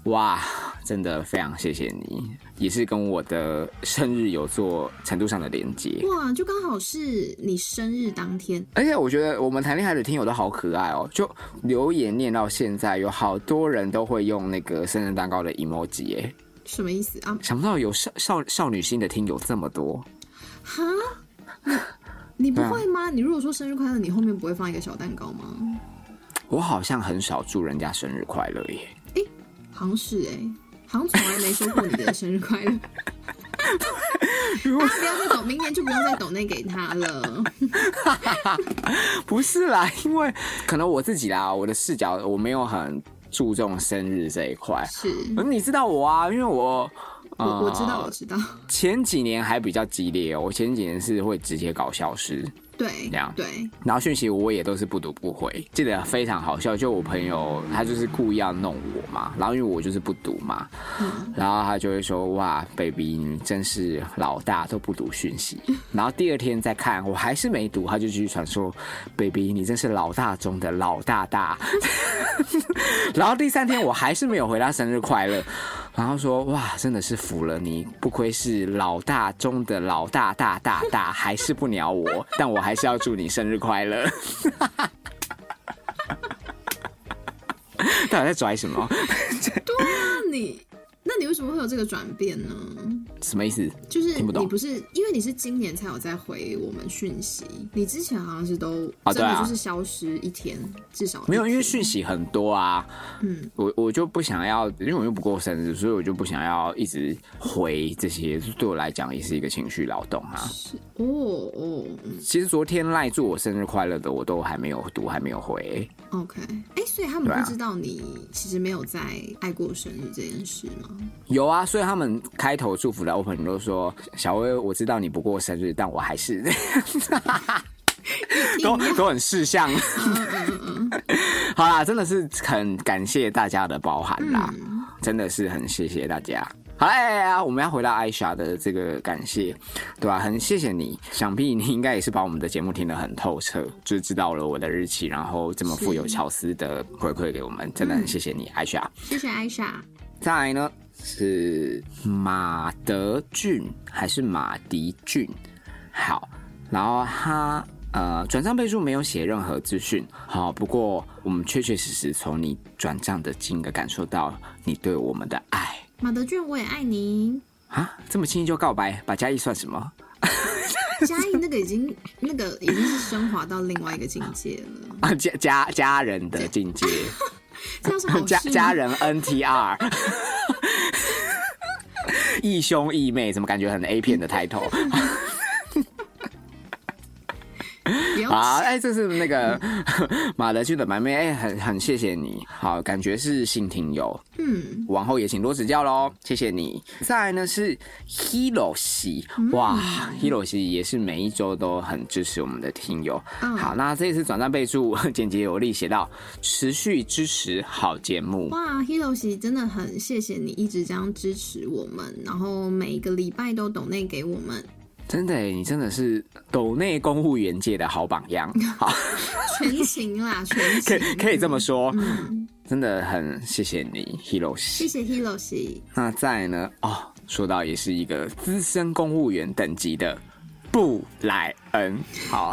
Speaker 2: 哇，真的非常谢谢你，也是跟我的生日有做程度上的连接。
Speaker 1: 哇，就刚好是你生日当天，
Speaker 2: 而且我觉得我们谈恋爱的听友都好可爱哦，就留言念到现在，有好多人都会用那个生日蛋糕的 emoji 耶，
Speaker 1: 什么意思啊？
Speaker 2: 想不到有少少少女心的听友这么多。
Speaker 1: 哈， 你你不会吗？你如果说生日快乐，你后面不会放一个小蛋糕吗？
Speaker 2: 我好像很少祝人家生日快乐耶，
Speaker 1: 好像是哎、好像从来没说过你的生日快乐。大家不要再抖，明年就不用再抖内给他了。
Speaker 2: 不是啦，因为可能我自己啦，我的视角我没有很注重生日这一块。
Speaker 1: 是，
Speaker 2: 你知道我啊，因为我
Speaker 1: 我
Speaker 2: 呃
Speaker 1: 我知道，我知道。
Speaker 2: 前几年还比较激烈哦，我前几年是会直接搞消失，
Speaker 1: 对
Speaker 2: 这样
Speaker 1: 对，
Speaker 2: 然后讯息我也都是不读不回，记得非常好笑。就我朋友他就是故意要弄我嘛，然后因为我就是不读嘛，
Speaker 1: 嗯，
Speaker 2: 然后他就会说：“哇，baby，你真是老大，都不读讯息。”然后第二天再看，我还是没读，他就继续传说：“baby，你真是老大中的老大大。”然后第三天我还是没有回他生日快乐，然后说：“哇，真的是服了你，不愧是老大中的老大大大大，还是不鸟我，但我还是要祝你生日快乐。”到底在拽什么？
Speaker 1: 那你那你为什么会有这个转变呢？
Speaker 2: 什么意思？
Speaker 1: 就是
Speaker 2: 听不懂
Speaker 1: 你不是因为你是今年才有在回我们讯息，你之前好像是都
Speaker 2: 啊
Speaker 1: 真的
Speaker 2: 对啊
Speaker 1: 就是消失一天，至少
Speaker 2: 没有，
Speaker 1: 一
Speaker 2: 因为
Speaker 1: 天
Speaker 2: 讯息很多啊，
Speaker 1: 嗯，
Speaker 2: 我我就不想要，因为我又不过生日，所以我就不想要一直回这些，对我来讲也是一个情绪劳动啊。
Speaker 1: 是哦哦嗯
Speaker 2: 其实昨天赖祝我生日快乐的，我都还没有读，还没有回。
Speaker 1: ，OK，哎、所以他们
Speaker 2: 对啊
Speaker 1: 不知道你其实没有在爱过生日这件事吗？
Speaker 2: 有啊，所以他们开头祝福的 open 都说：“小薇，我知道你不过生日，但我还是都都很识相。”好啦，真的是很感谢大家的包涵啦，真的是很谢谢大家。好啦，哎呀，我们要回到艾莎的这个感谢，对吧、很谢谢你，想必你应该也是把我们的节目听得很透彻，就知道了我的日期，然后这么富有
Speaker 1: 是
Speaker 2: 巧思的回馈给我们，真的很谢谢你，艾莎。
Speaker 1: 谢谢艾莎，
Speaker 2: 再来呢是马德俊还是马迪俊？好，然后他呃，转账备注没有写任何资讯，好，不过我们确确实实从你转账的金额感受到你对我们的爱
Speaker 1: 马德俊，我也爱你。
Speaker 2: 啊！这么轻易就告白，把嘉义算什么？
Speaker 1: 嘉义那个已经那个已经是升华到另外一个境界了，
Speaker 2: 啊，家家家人的境界，
Speaker 1: 这样是好事
Speaker 2: 家
Speaker 1: 吗
Speaker 2: 家人 NTR，义兄义妹，怎么感觉很 A 片的抬头？
Speaker 1: 不 要
Speaker 2: 啊，哎、这是那个
Speaker 1: 嗯
Speaker 2: 马德俊的蛮妹，哎、很很谢谢你，好，感觉是新听友，
Speaker 1: 嗯，
Speaker 2: 往后也请多指教喽，谢谢你。再来呢是 Hiroshi，哇、h
Speaker 1: 嗯
Speaker 2: i r o s h i 也是每一周都很支持我们的听友。
Speaker 1: 嗯
Speaker 2: 好，那这一次转账备注 简洁有力，写到持续支持好节目。
Speaker 1: 哇，Hiroshi 真的很谢谢你一直这样支持我们，然后每一个礼拜都抖内给我们，
Speaker 2: 真的耶，你真的是抖内公务员界的好榜样，好，
Speaker 1: 全勤啦，全
Speaker 2: 可
Speaker 1: 勤，
Speaker 2: 以 可以这么说，
Speaker 1: 嗯
Speaker 2: 真的很谢谢你，Hiroshi
Speaker 1: 谢。谢 Hiroshi，
Speaker 2: 那再来呢？哦，说到也是一个资深公务员等级的布莱恩。好，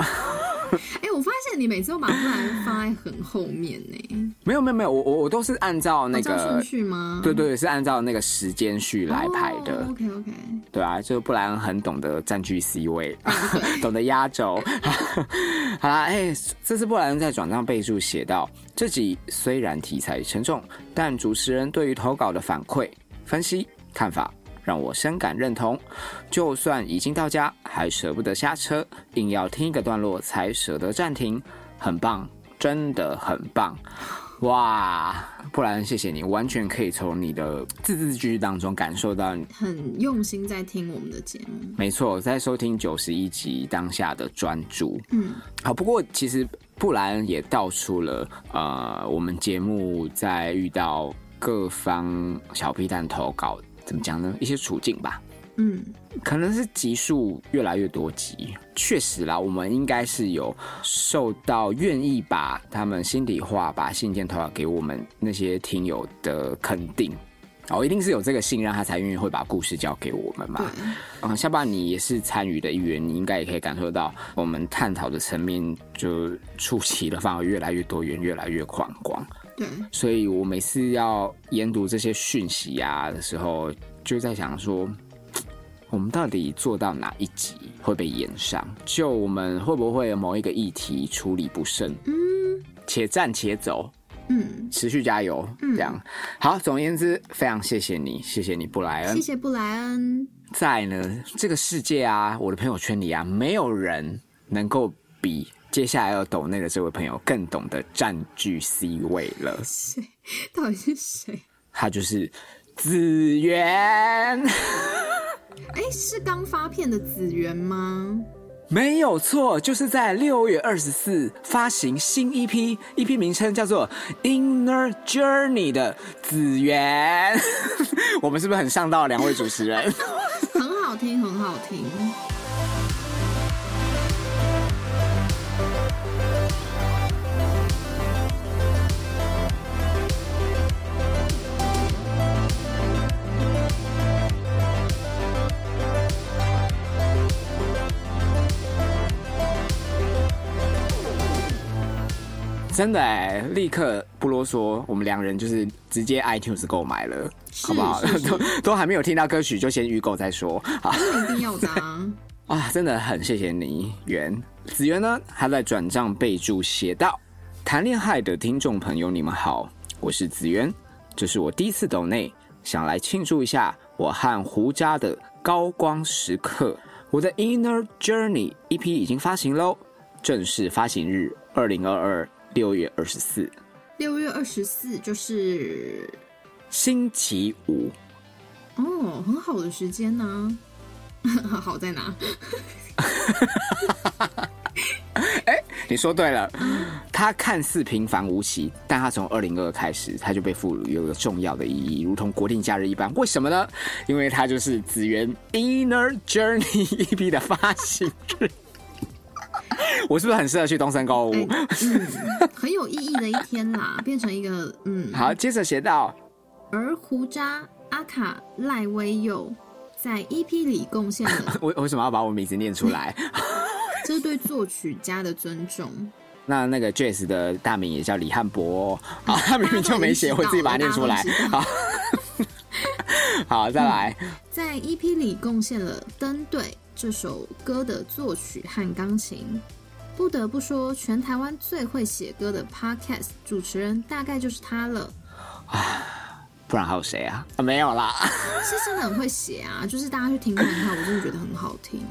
Speaker 1: 哎、我发现你每次都把布兰放在很后面呢、
Speaker 2: 没有没有没有，我我我都是按照那
Speaker 1: 按照
Speaker 2: 个
Speaker 1: 顺，序吗？
Speaker 2: 对对，是按照那个时间序来排的。
Speaker 1: OK OK，
Speaker 2: 对啊，就是布莱恩很懂得占据 C 位，懂得压轴。 好啦，哎、这次布莱恩在转账备注写到，这集虽然题材沉重，但主持人对于投稿的反馈、分析、看法。让我深感认同，就算已经到家，还舍不得下车，硬要听一个段落才舍得暂停，很棒，真的很棒，哇！布莱恩，谢谢你，完全可以从你的字字句句当中感受到
Speaker 1: 很用心在听我们的节目，
Speaker 2: 没错，在收听九十一集当下的专注。
Speaker 1: 嗯，
Speaker 2: 好，不过其实布莱恩也道出了，呃，我们节目在遇到各方小屁蛋投稿怎么讲呢？一些处境吧，
Speaker 1: 嗯，
Speaker 2: 可能是集数越来越多集，确实啦，我们应该是有受到愿意把他们心里话、把信件投稿给我们那些听友的肯定。哦，一定是有这个信任，他才愿意会把故事交给我们嘛
Speaker 1: 对。，
Speaker 2: 嗯，下半你也是参与的一员，你应该也可以感受到我们探讨的层面就触及的范围越来越多元，越来越宽广。
Speaker 1: 对，
Speaker 2: 所以我每次要研读这些讯息啊的时候，就在想说，我们到底做到哪一集会被延上？就我们会不会有某一个议题处理不慎？嗯，且战且走。
Speaker 1: 嗯，
Speaker 2: 持续加油，这样、好。总而言之，非常谢谢你，谢谢你，布莱
Speaker 1: 嗯
Speaker 2: 恩
Speaker 1: 谢。谢布莱恩，
Speaker 2: 在呢，这个世界啊，我的朋友圈里啊，没有人能够比接下来要抖内的这位朋友更懂得占据 C 位了。
Speaker 1: 谁？到底是谁？
Speaker 2: 他就是子源，
Speaker 1: 哎、是刚发片的子源吗？
Speaker 2: 没有错，就是在六月二十四发行新 EP，EP 名称叫做《Inner Journey》的子源。 我们是不是很上到两位主持人？
Speaker 1: 很好听，很好听。
Speaker 2: 真的哎、立刻不啰嗦，我们两人就是直接 iTunes 购买了，
Speaker 1: 是
Speaker 2: 好不好？
Speaker 1: 是是
Speaker 2: 都都还没有听到歌曲，就先预购再说。好
Speaker 1: 那一定要的啊！
Speaker 2: 啊，真的很谢谢你，袁子源呢，他在转账备注写道：“谈恋爱的听众朋友，你们好，我是子源，这是我第一次抖内，想来庆祝一下我和胡渣的高光时刻。我的 Inner Journey EP 已经发行喽，正式发行日二零二二六月二十四。”
Speaker 1: 六月二十四就是
Speaker 2: 星期五，
Speaker 1: 哦，很好的时间呢、 好在哪？
Speaker 2: 你说对了。它看似平凡无奇，但它从二零二开始，它就被赋予有了重要的意义，如同国定假日一般。为什么呢？因为它就是紫源 Inner Journey EP 的发行日。我是不是很适合去东森购物？
Speaker 1: 哎、嗯，很有意义的一天啦， 变成一个嗯。
Speaker 2: 好，接着写到
Speaker 1: 而胡渣、阿卡、赖威佑在 EP 里贡献了
Speaker 2: 为为什么要把我名字念出来？
Speaker 1: 这是对作曲家的尊重。
Speaker 2: 那那个 Jazz 的大名也叫李汉 博、哦，好，他明明就没写，我自己把它念出来。好，好， 再来。嗯、
Speaker 1: 在 EP 里贡献了《登对》这首歌的作曲和钢琴。不得不说，全台湾最会写歌的 Podcast 主持人大概就是他了。
Speaker 2: 啊，不然还有谁啊？啊，没有啦。
Speaker 1: 是真的很会写啊，就是大家去听看看，我真的觉得很好听。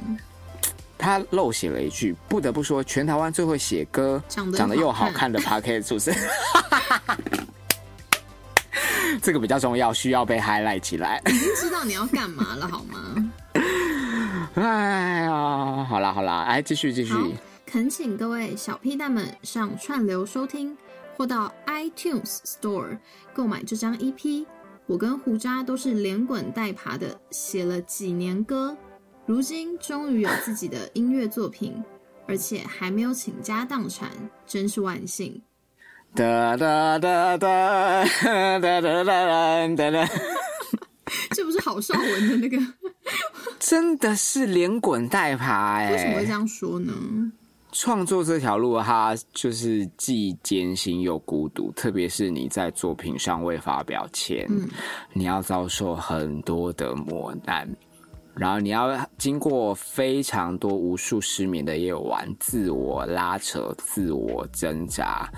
Speaker 2: 他漏写了一句，不得不说，全台湾最会写歌、
Speaker 1: 长
Speaker 2: 得又好看的 Parket 主持人， 这个比较重要，需要被 highlight 起来。
Speaker 1: 已经知道你要干嘛了，好吗？
Speaker 2: 哎呀，好啦好啦，哎，继续继续。
Speaker 1: 恳请各位小屁蛋们上串流收听，或到 iTunes Store 购买这张 EP。我跟胡渣都是连滚带爬的写了几年歌。如今终于有自己的音乐作品，而且还没有倾家荡产，真是万幸。
Speaker 2: 哒哒哒哒哒哒哒哒哒，
Speaker 1: 这不是郝邵文的那个
Speaker 2: 真的是连滚带爬哎、欸！
Speaker 1: 为什么会这样说呢？
Speaker 2: 创作这条路，它就是既艰辛又孤独，特别是你在作品尚未发表前，嗯、你要遭受很多的磨难。然后你要经过非常多、无数失眠的夜晚，自我拉扯、自我挣扎，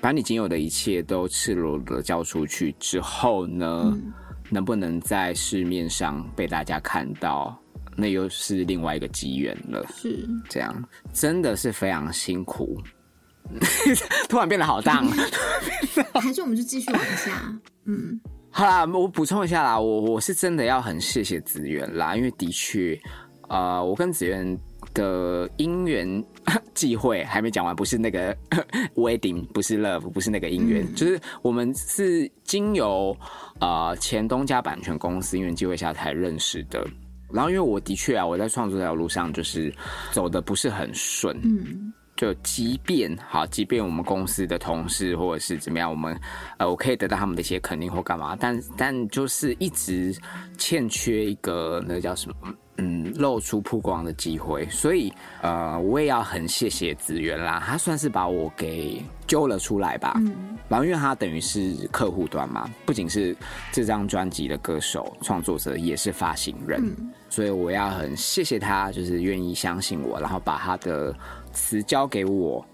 Speaker 2: 把你仅有的一切都赤裸裸的交出去之后呢，嗯、能不能在市面上被大家看到，那又是另外一个机缘了。
Speaker 1: 是
Speaker 2: 这样，真的是非常辛苦。 突然变得好荡，
Speaker 1: 还是我们就继续往下，嗯。
Speaker 2: 好啦，我补充一下啦，我我是真的要很谢谢子源啦，因为的确，呃，我跟子源的姻缘 际会还没讲完，不是那个 wedding，不是 love，不是那个姻缘，嗯、就是我们是经由呃前东家版权公司因缘际会下才认识的。然后因为我的确啊，我在创作这条路上就是走的不是很顺，嗯。就即便好，即便我们公司的同事或者是怎么样，我们呃，我可以得到他们的一些肯定或干嘛，但但就是一直欠缺一个那叫什么，嗯，露出曝光的机会。所以呃，我也要很谢谢子源啦，他算是把我给揪了出来吧。嗯，然后因为他等于是客户端嘛，不仅是这张专辑的歌手、创作者，也是发行人，嗯、所以我要很谢谢他，就是愿意相信我，然后把他的。词交给我，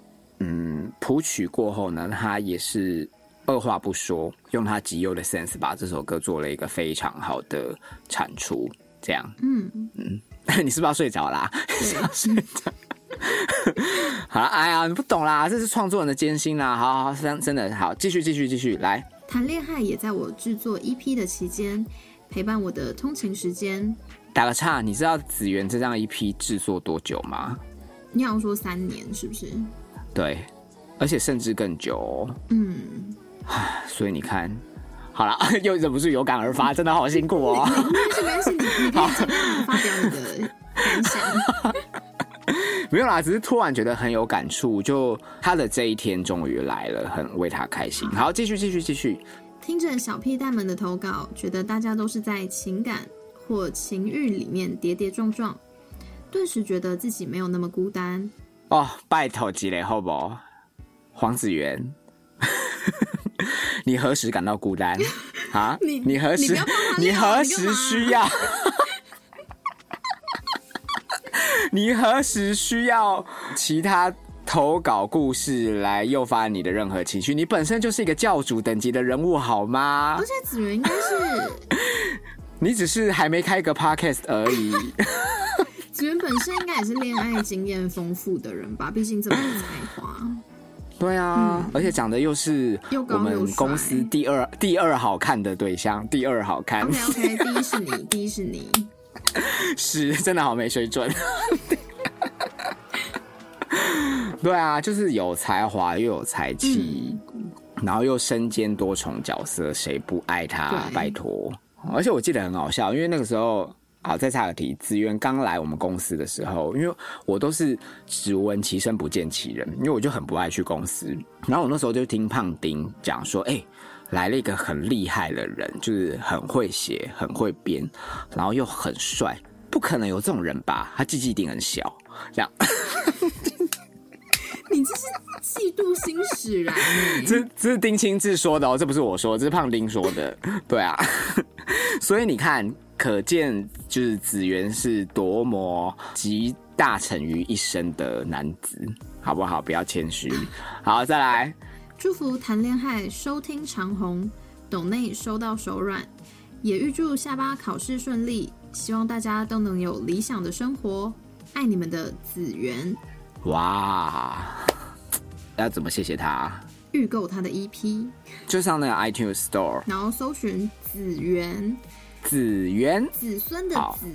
Speaker 2: 嗯，谱曲过后呢，他也是二话不说，用他极优的 sense 把这首歌做了一个非常好的产出。这样，嗯嗯， 你是不是要睡着啦？ 要睡着。好了，哎呀，你不懂啦，这是创作人的艰辛啦。好好，真真的好，继续继续继续来。
Speaker 1: 谈恋爱也在我制作 EP 的期间陪伴我的通勤时间。
Speaker 2: 打个岔，你知道子源这张 EP 制作多久吗？
Speaker 1: 你要说三年是不是？
Speaker 2: 对，而且甚至更久、哦。嗯， 所以你看，好了，又 忍不住有感而发，真的好辛苦
Speaker 1: 哦。没关系，没关系，你可以尽量发表你的感想。
Speaker 2: 没有啦，只是突然觉得很有感触，就他的这一天终于来了，很为他开心。好，继续，继续，继续。
Speaker 1: 听着小屁蛋们的投稿，觉得大家都是在情感或情欲里面跌跌撞撞。顿时觉得自己没有那么孤单
Speaker 2: 哦！拜托积累好不好？黄子源， 你何时感到孤单啊？
Speaker 1: 你
Speaker 2: 你何时
Speaker 1: 你
Speaker 2: 何时需要？ 你何时需要其他投稿故事来诱发你的任何情绪？你本身就是一个教主等级的人物，好吗？
Speaker 1: 而且子源应该是
Speaker 2: 你只是还没开个 podcast 而已。
Speaker 1: 子源本身应该也是恋爱经验丰富的人吧，毕竟这么有才华。
Speaker 2: 对啊，嗯、而且长得又是我们公司第二第二好看的对象，第二好看。
Speaker 1: OK OK，第一是你，第一是你，
Speaker 2: 是真的好没水准。 对啊，就是有才华又有才气，嗯、然后又身兼多重角色，谁不爱他、啊？拜托！而且我记得很好笑，因为那个时候。好，再插个题，子源刚来我们公司的时候，因为我都是只闻其声不见其人，因为我就很不爱去公司。然后我那时候就听胖丁讲说，哎、欸，来了一个很厉害的人，就是很会写、很会编，然后又很帅，不可能有这种人吧？他记忆一定很小，这样。
Speaker 1: 这是嫉妒心使然欸、
Speaker 2: 这这是丁青志说的哦，这不是我说，这是胖丁说的。对啊， 所以你看，可见就是子源是多么集大成于一身的男子，好不好？不要谦虚。好，再来，
Speaker 1: 祝福谈恋爱收听长虹，懂内收到手软，也预祝下巴考试顺利，希望大家都能有理想的生活。爱你们的子源，
Speaker 2: 哇，要怎么谢谢他？啊
Speaker 1: 预购他的 EP，
Speaker 2: 就上那个 iTunes Store，
Speaker 1: 然后搜寻子源，
Speaker 2: 子源，
Speaker 1: 子孙的
Speaker 2: 好
Speaker 1: 子，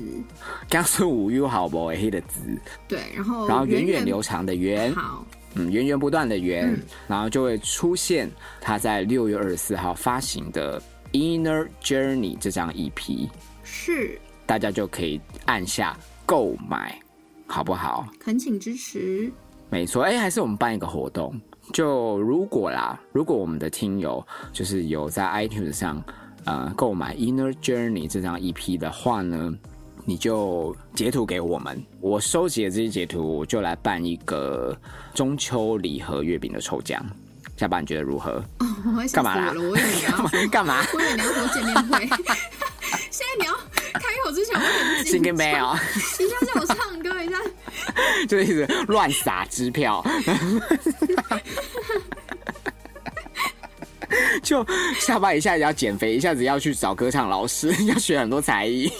Speaker 2: 刚是五 U 好不？黑的子，
Speaker 1: 对，然后
Speaker 2: 然后源远
Speaker 1: 源
Speaker 2: 流长的源，
Speaker 1: 好，
Speaker 2: 嗯，源源不断的源，
Speaker 1: 嗯
Speaker 2: 然后就会出现他在六月二十四号发行的《Inner Journey》这张 EP，
Speaker 1: 是
Speaker 2: 大家就可以按下购买，好不好？
Speaker 1: 恳请支持。
Speaker 2: 没错，哎、还是我们办一个活动。就如果啦，如果我们的听友就是有在 iTunes 上呃购买《Inner Journey》这张 EP 的话呢，你就截图给我们，我收集了这些截图，我就来办一个中秋礼盒月饼的抽奖。下巴你觉得如何？
Speaker 1: 哦，我会吓
Speaker 2: 干
Speaker 1: 死
Speaker 2: 嘛
Speaker 1: 我
Speaker 2: 啦
Speaker 1: 了，我以为你要
Speaker 2: 干嘛干嘛？
Speaker 1: 我以为你要说见面会， 现在你要开口之前我很紧
Speaker 2: 新跟
Speaker 1: 张，
Speaker 2: 没有，
Speaker 1: 一下叫我唱歌，一下
Speaker 2: 就一直乱撒支票。就下班一下子要减肥，一下子要去找歌唱老师， 要学很多才艺。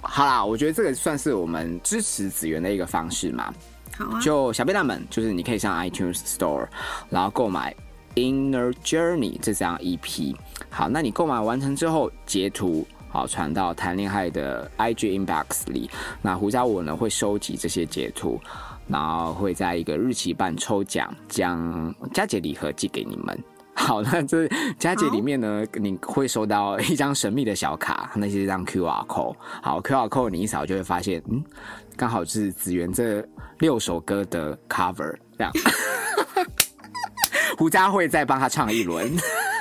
Speaker 2: 好啦，我觉得这个算是我们支持子源的一个方式嘛。
Speaker 1: 好啊，
Speaker 2: 就小贝蛋们，就是你可以上 iTunes Store，然后购买《Inner Journey》这张 EP。好，那你购买完成之后，截图好传到谈恋爱的 IG inbox 里。那胡家我呢会收集这些截图，然后会在一个日期办抽奖，将佳节礼盒寄给你们。好，那这佳节里面呢，你会收到一张神秘的小卡，那是一张 QR code。好，QR code 你一扫就会发现，嗯，刚好是子源这六首歌的 cover，这样。 胡佳慧再帮他唱一轮，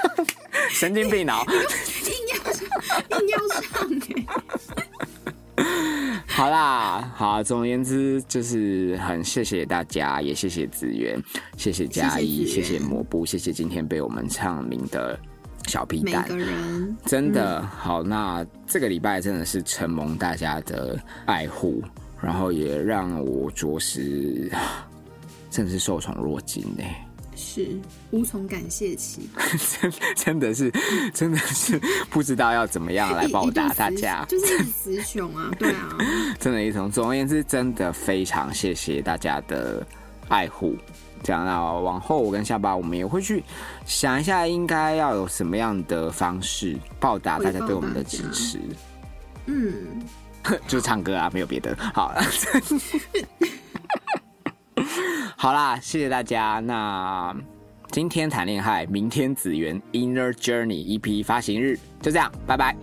Speaker 2: 神经病哦脑。
Speaker 1: 硬要唱，硬要唱哎、
Speaker 2: 好啦，好，总而言之就是很谢谢大家，也谢谢子源，谢谢嘉怡，
Speaker 1: 谢谢
Speaker 2: 谢
Speaker 1: 子源
Speaker 2: 谢抹布，谢谢今天被我们唱名的小皮
Speaker 1: 每
Speaker 2: 蛋
Speaker 1: 个。人嗯
Speaker 2: 真的、好，那这个礼拜真的是承蒙大家的爱护，然后也让我着实真的是受宠若惊呢、
Speaker 1: 是无从感谢起，
Speaker 2: 真真的是真的是不知道要怎么样来
Speaker 1: 一
Speaker 2: 报
Speaker 1: 一度
Speaker 2: 答大
Speaker 1: 词
Speaker 2: 家，
Speaker 1: 就是一直词穷啊，对啊，
Speaker 2: 真的一种。总而言之，真的非常谢谢大家的爱护。这样那往后我跟下巴，我们也会去想一下，应该要有什么样的方式报答大家对我们的支持。
Speaker 1: 嗯，
Speaker 2: 就是唱歌啊，没有别的。好， 好啦，谢谢大家。那 E 今天谈恋爱，明天紫源 Inner Journey EP 发行日，就这样，拜拜。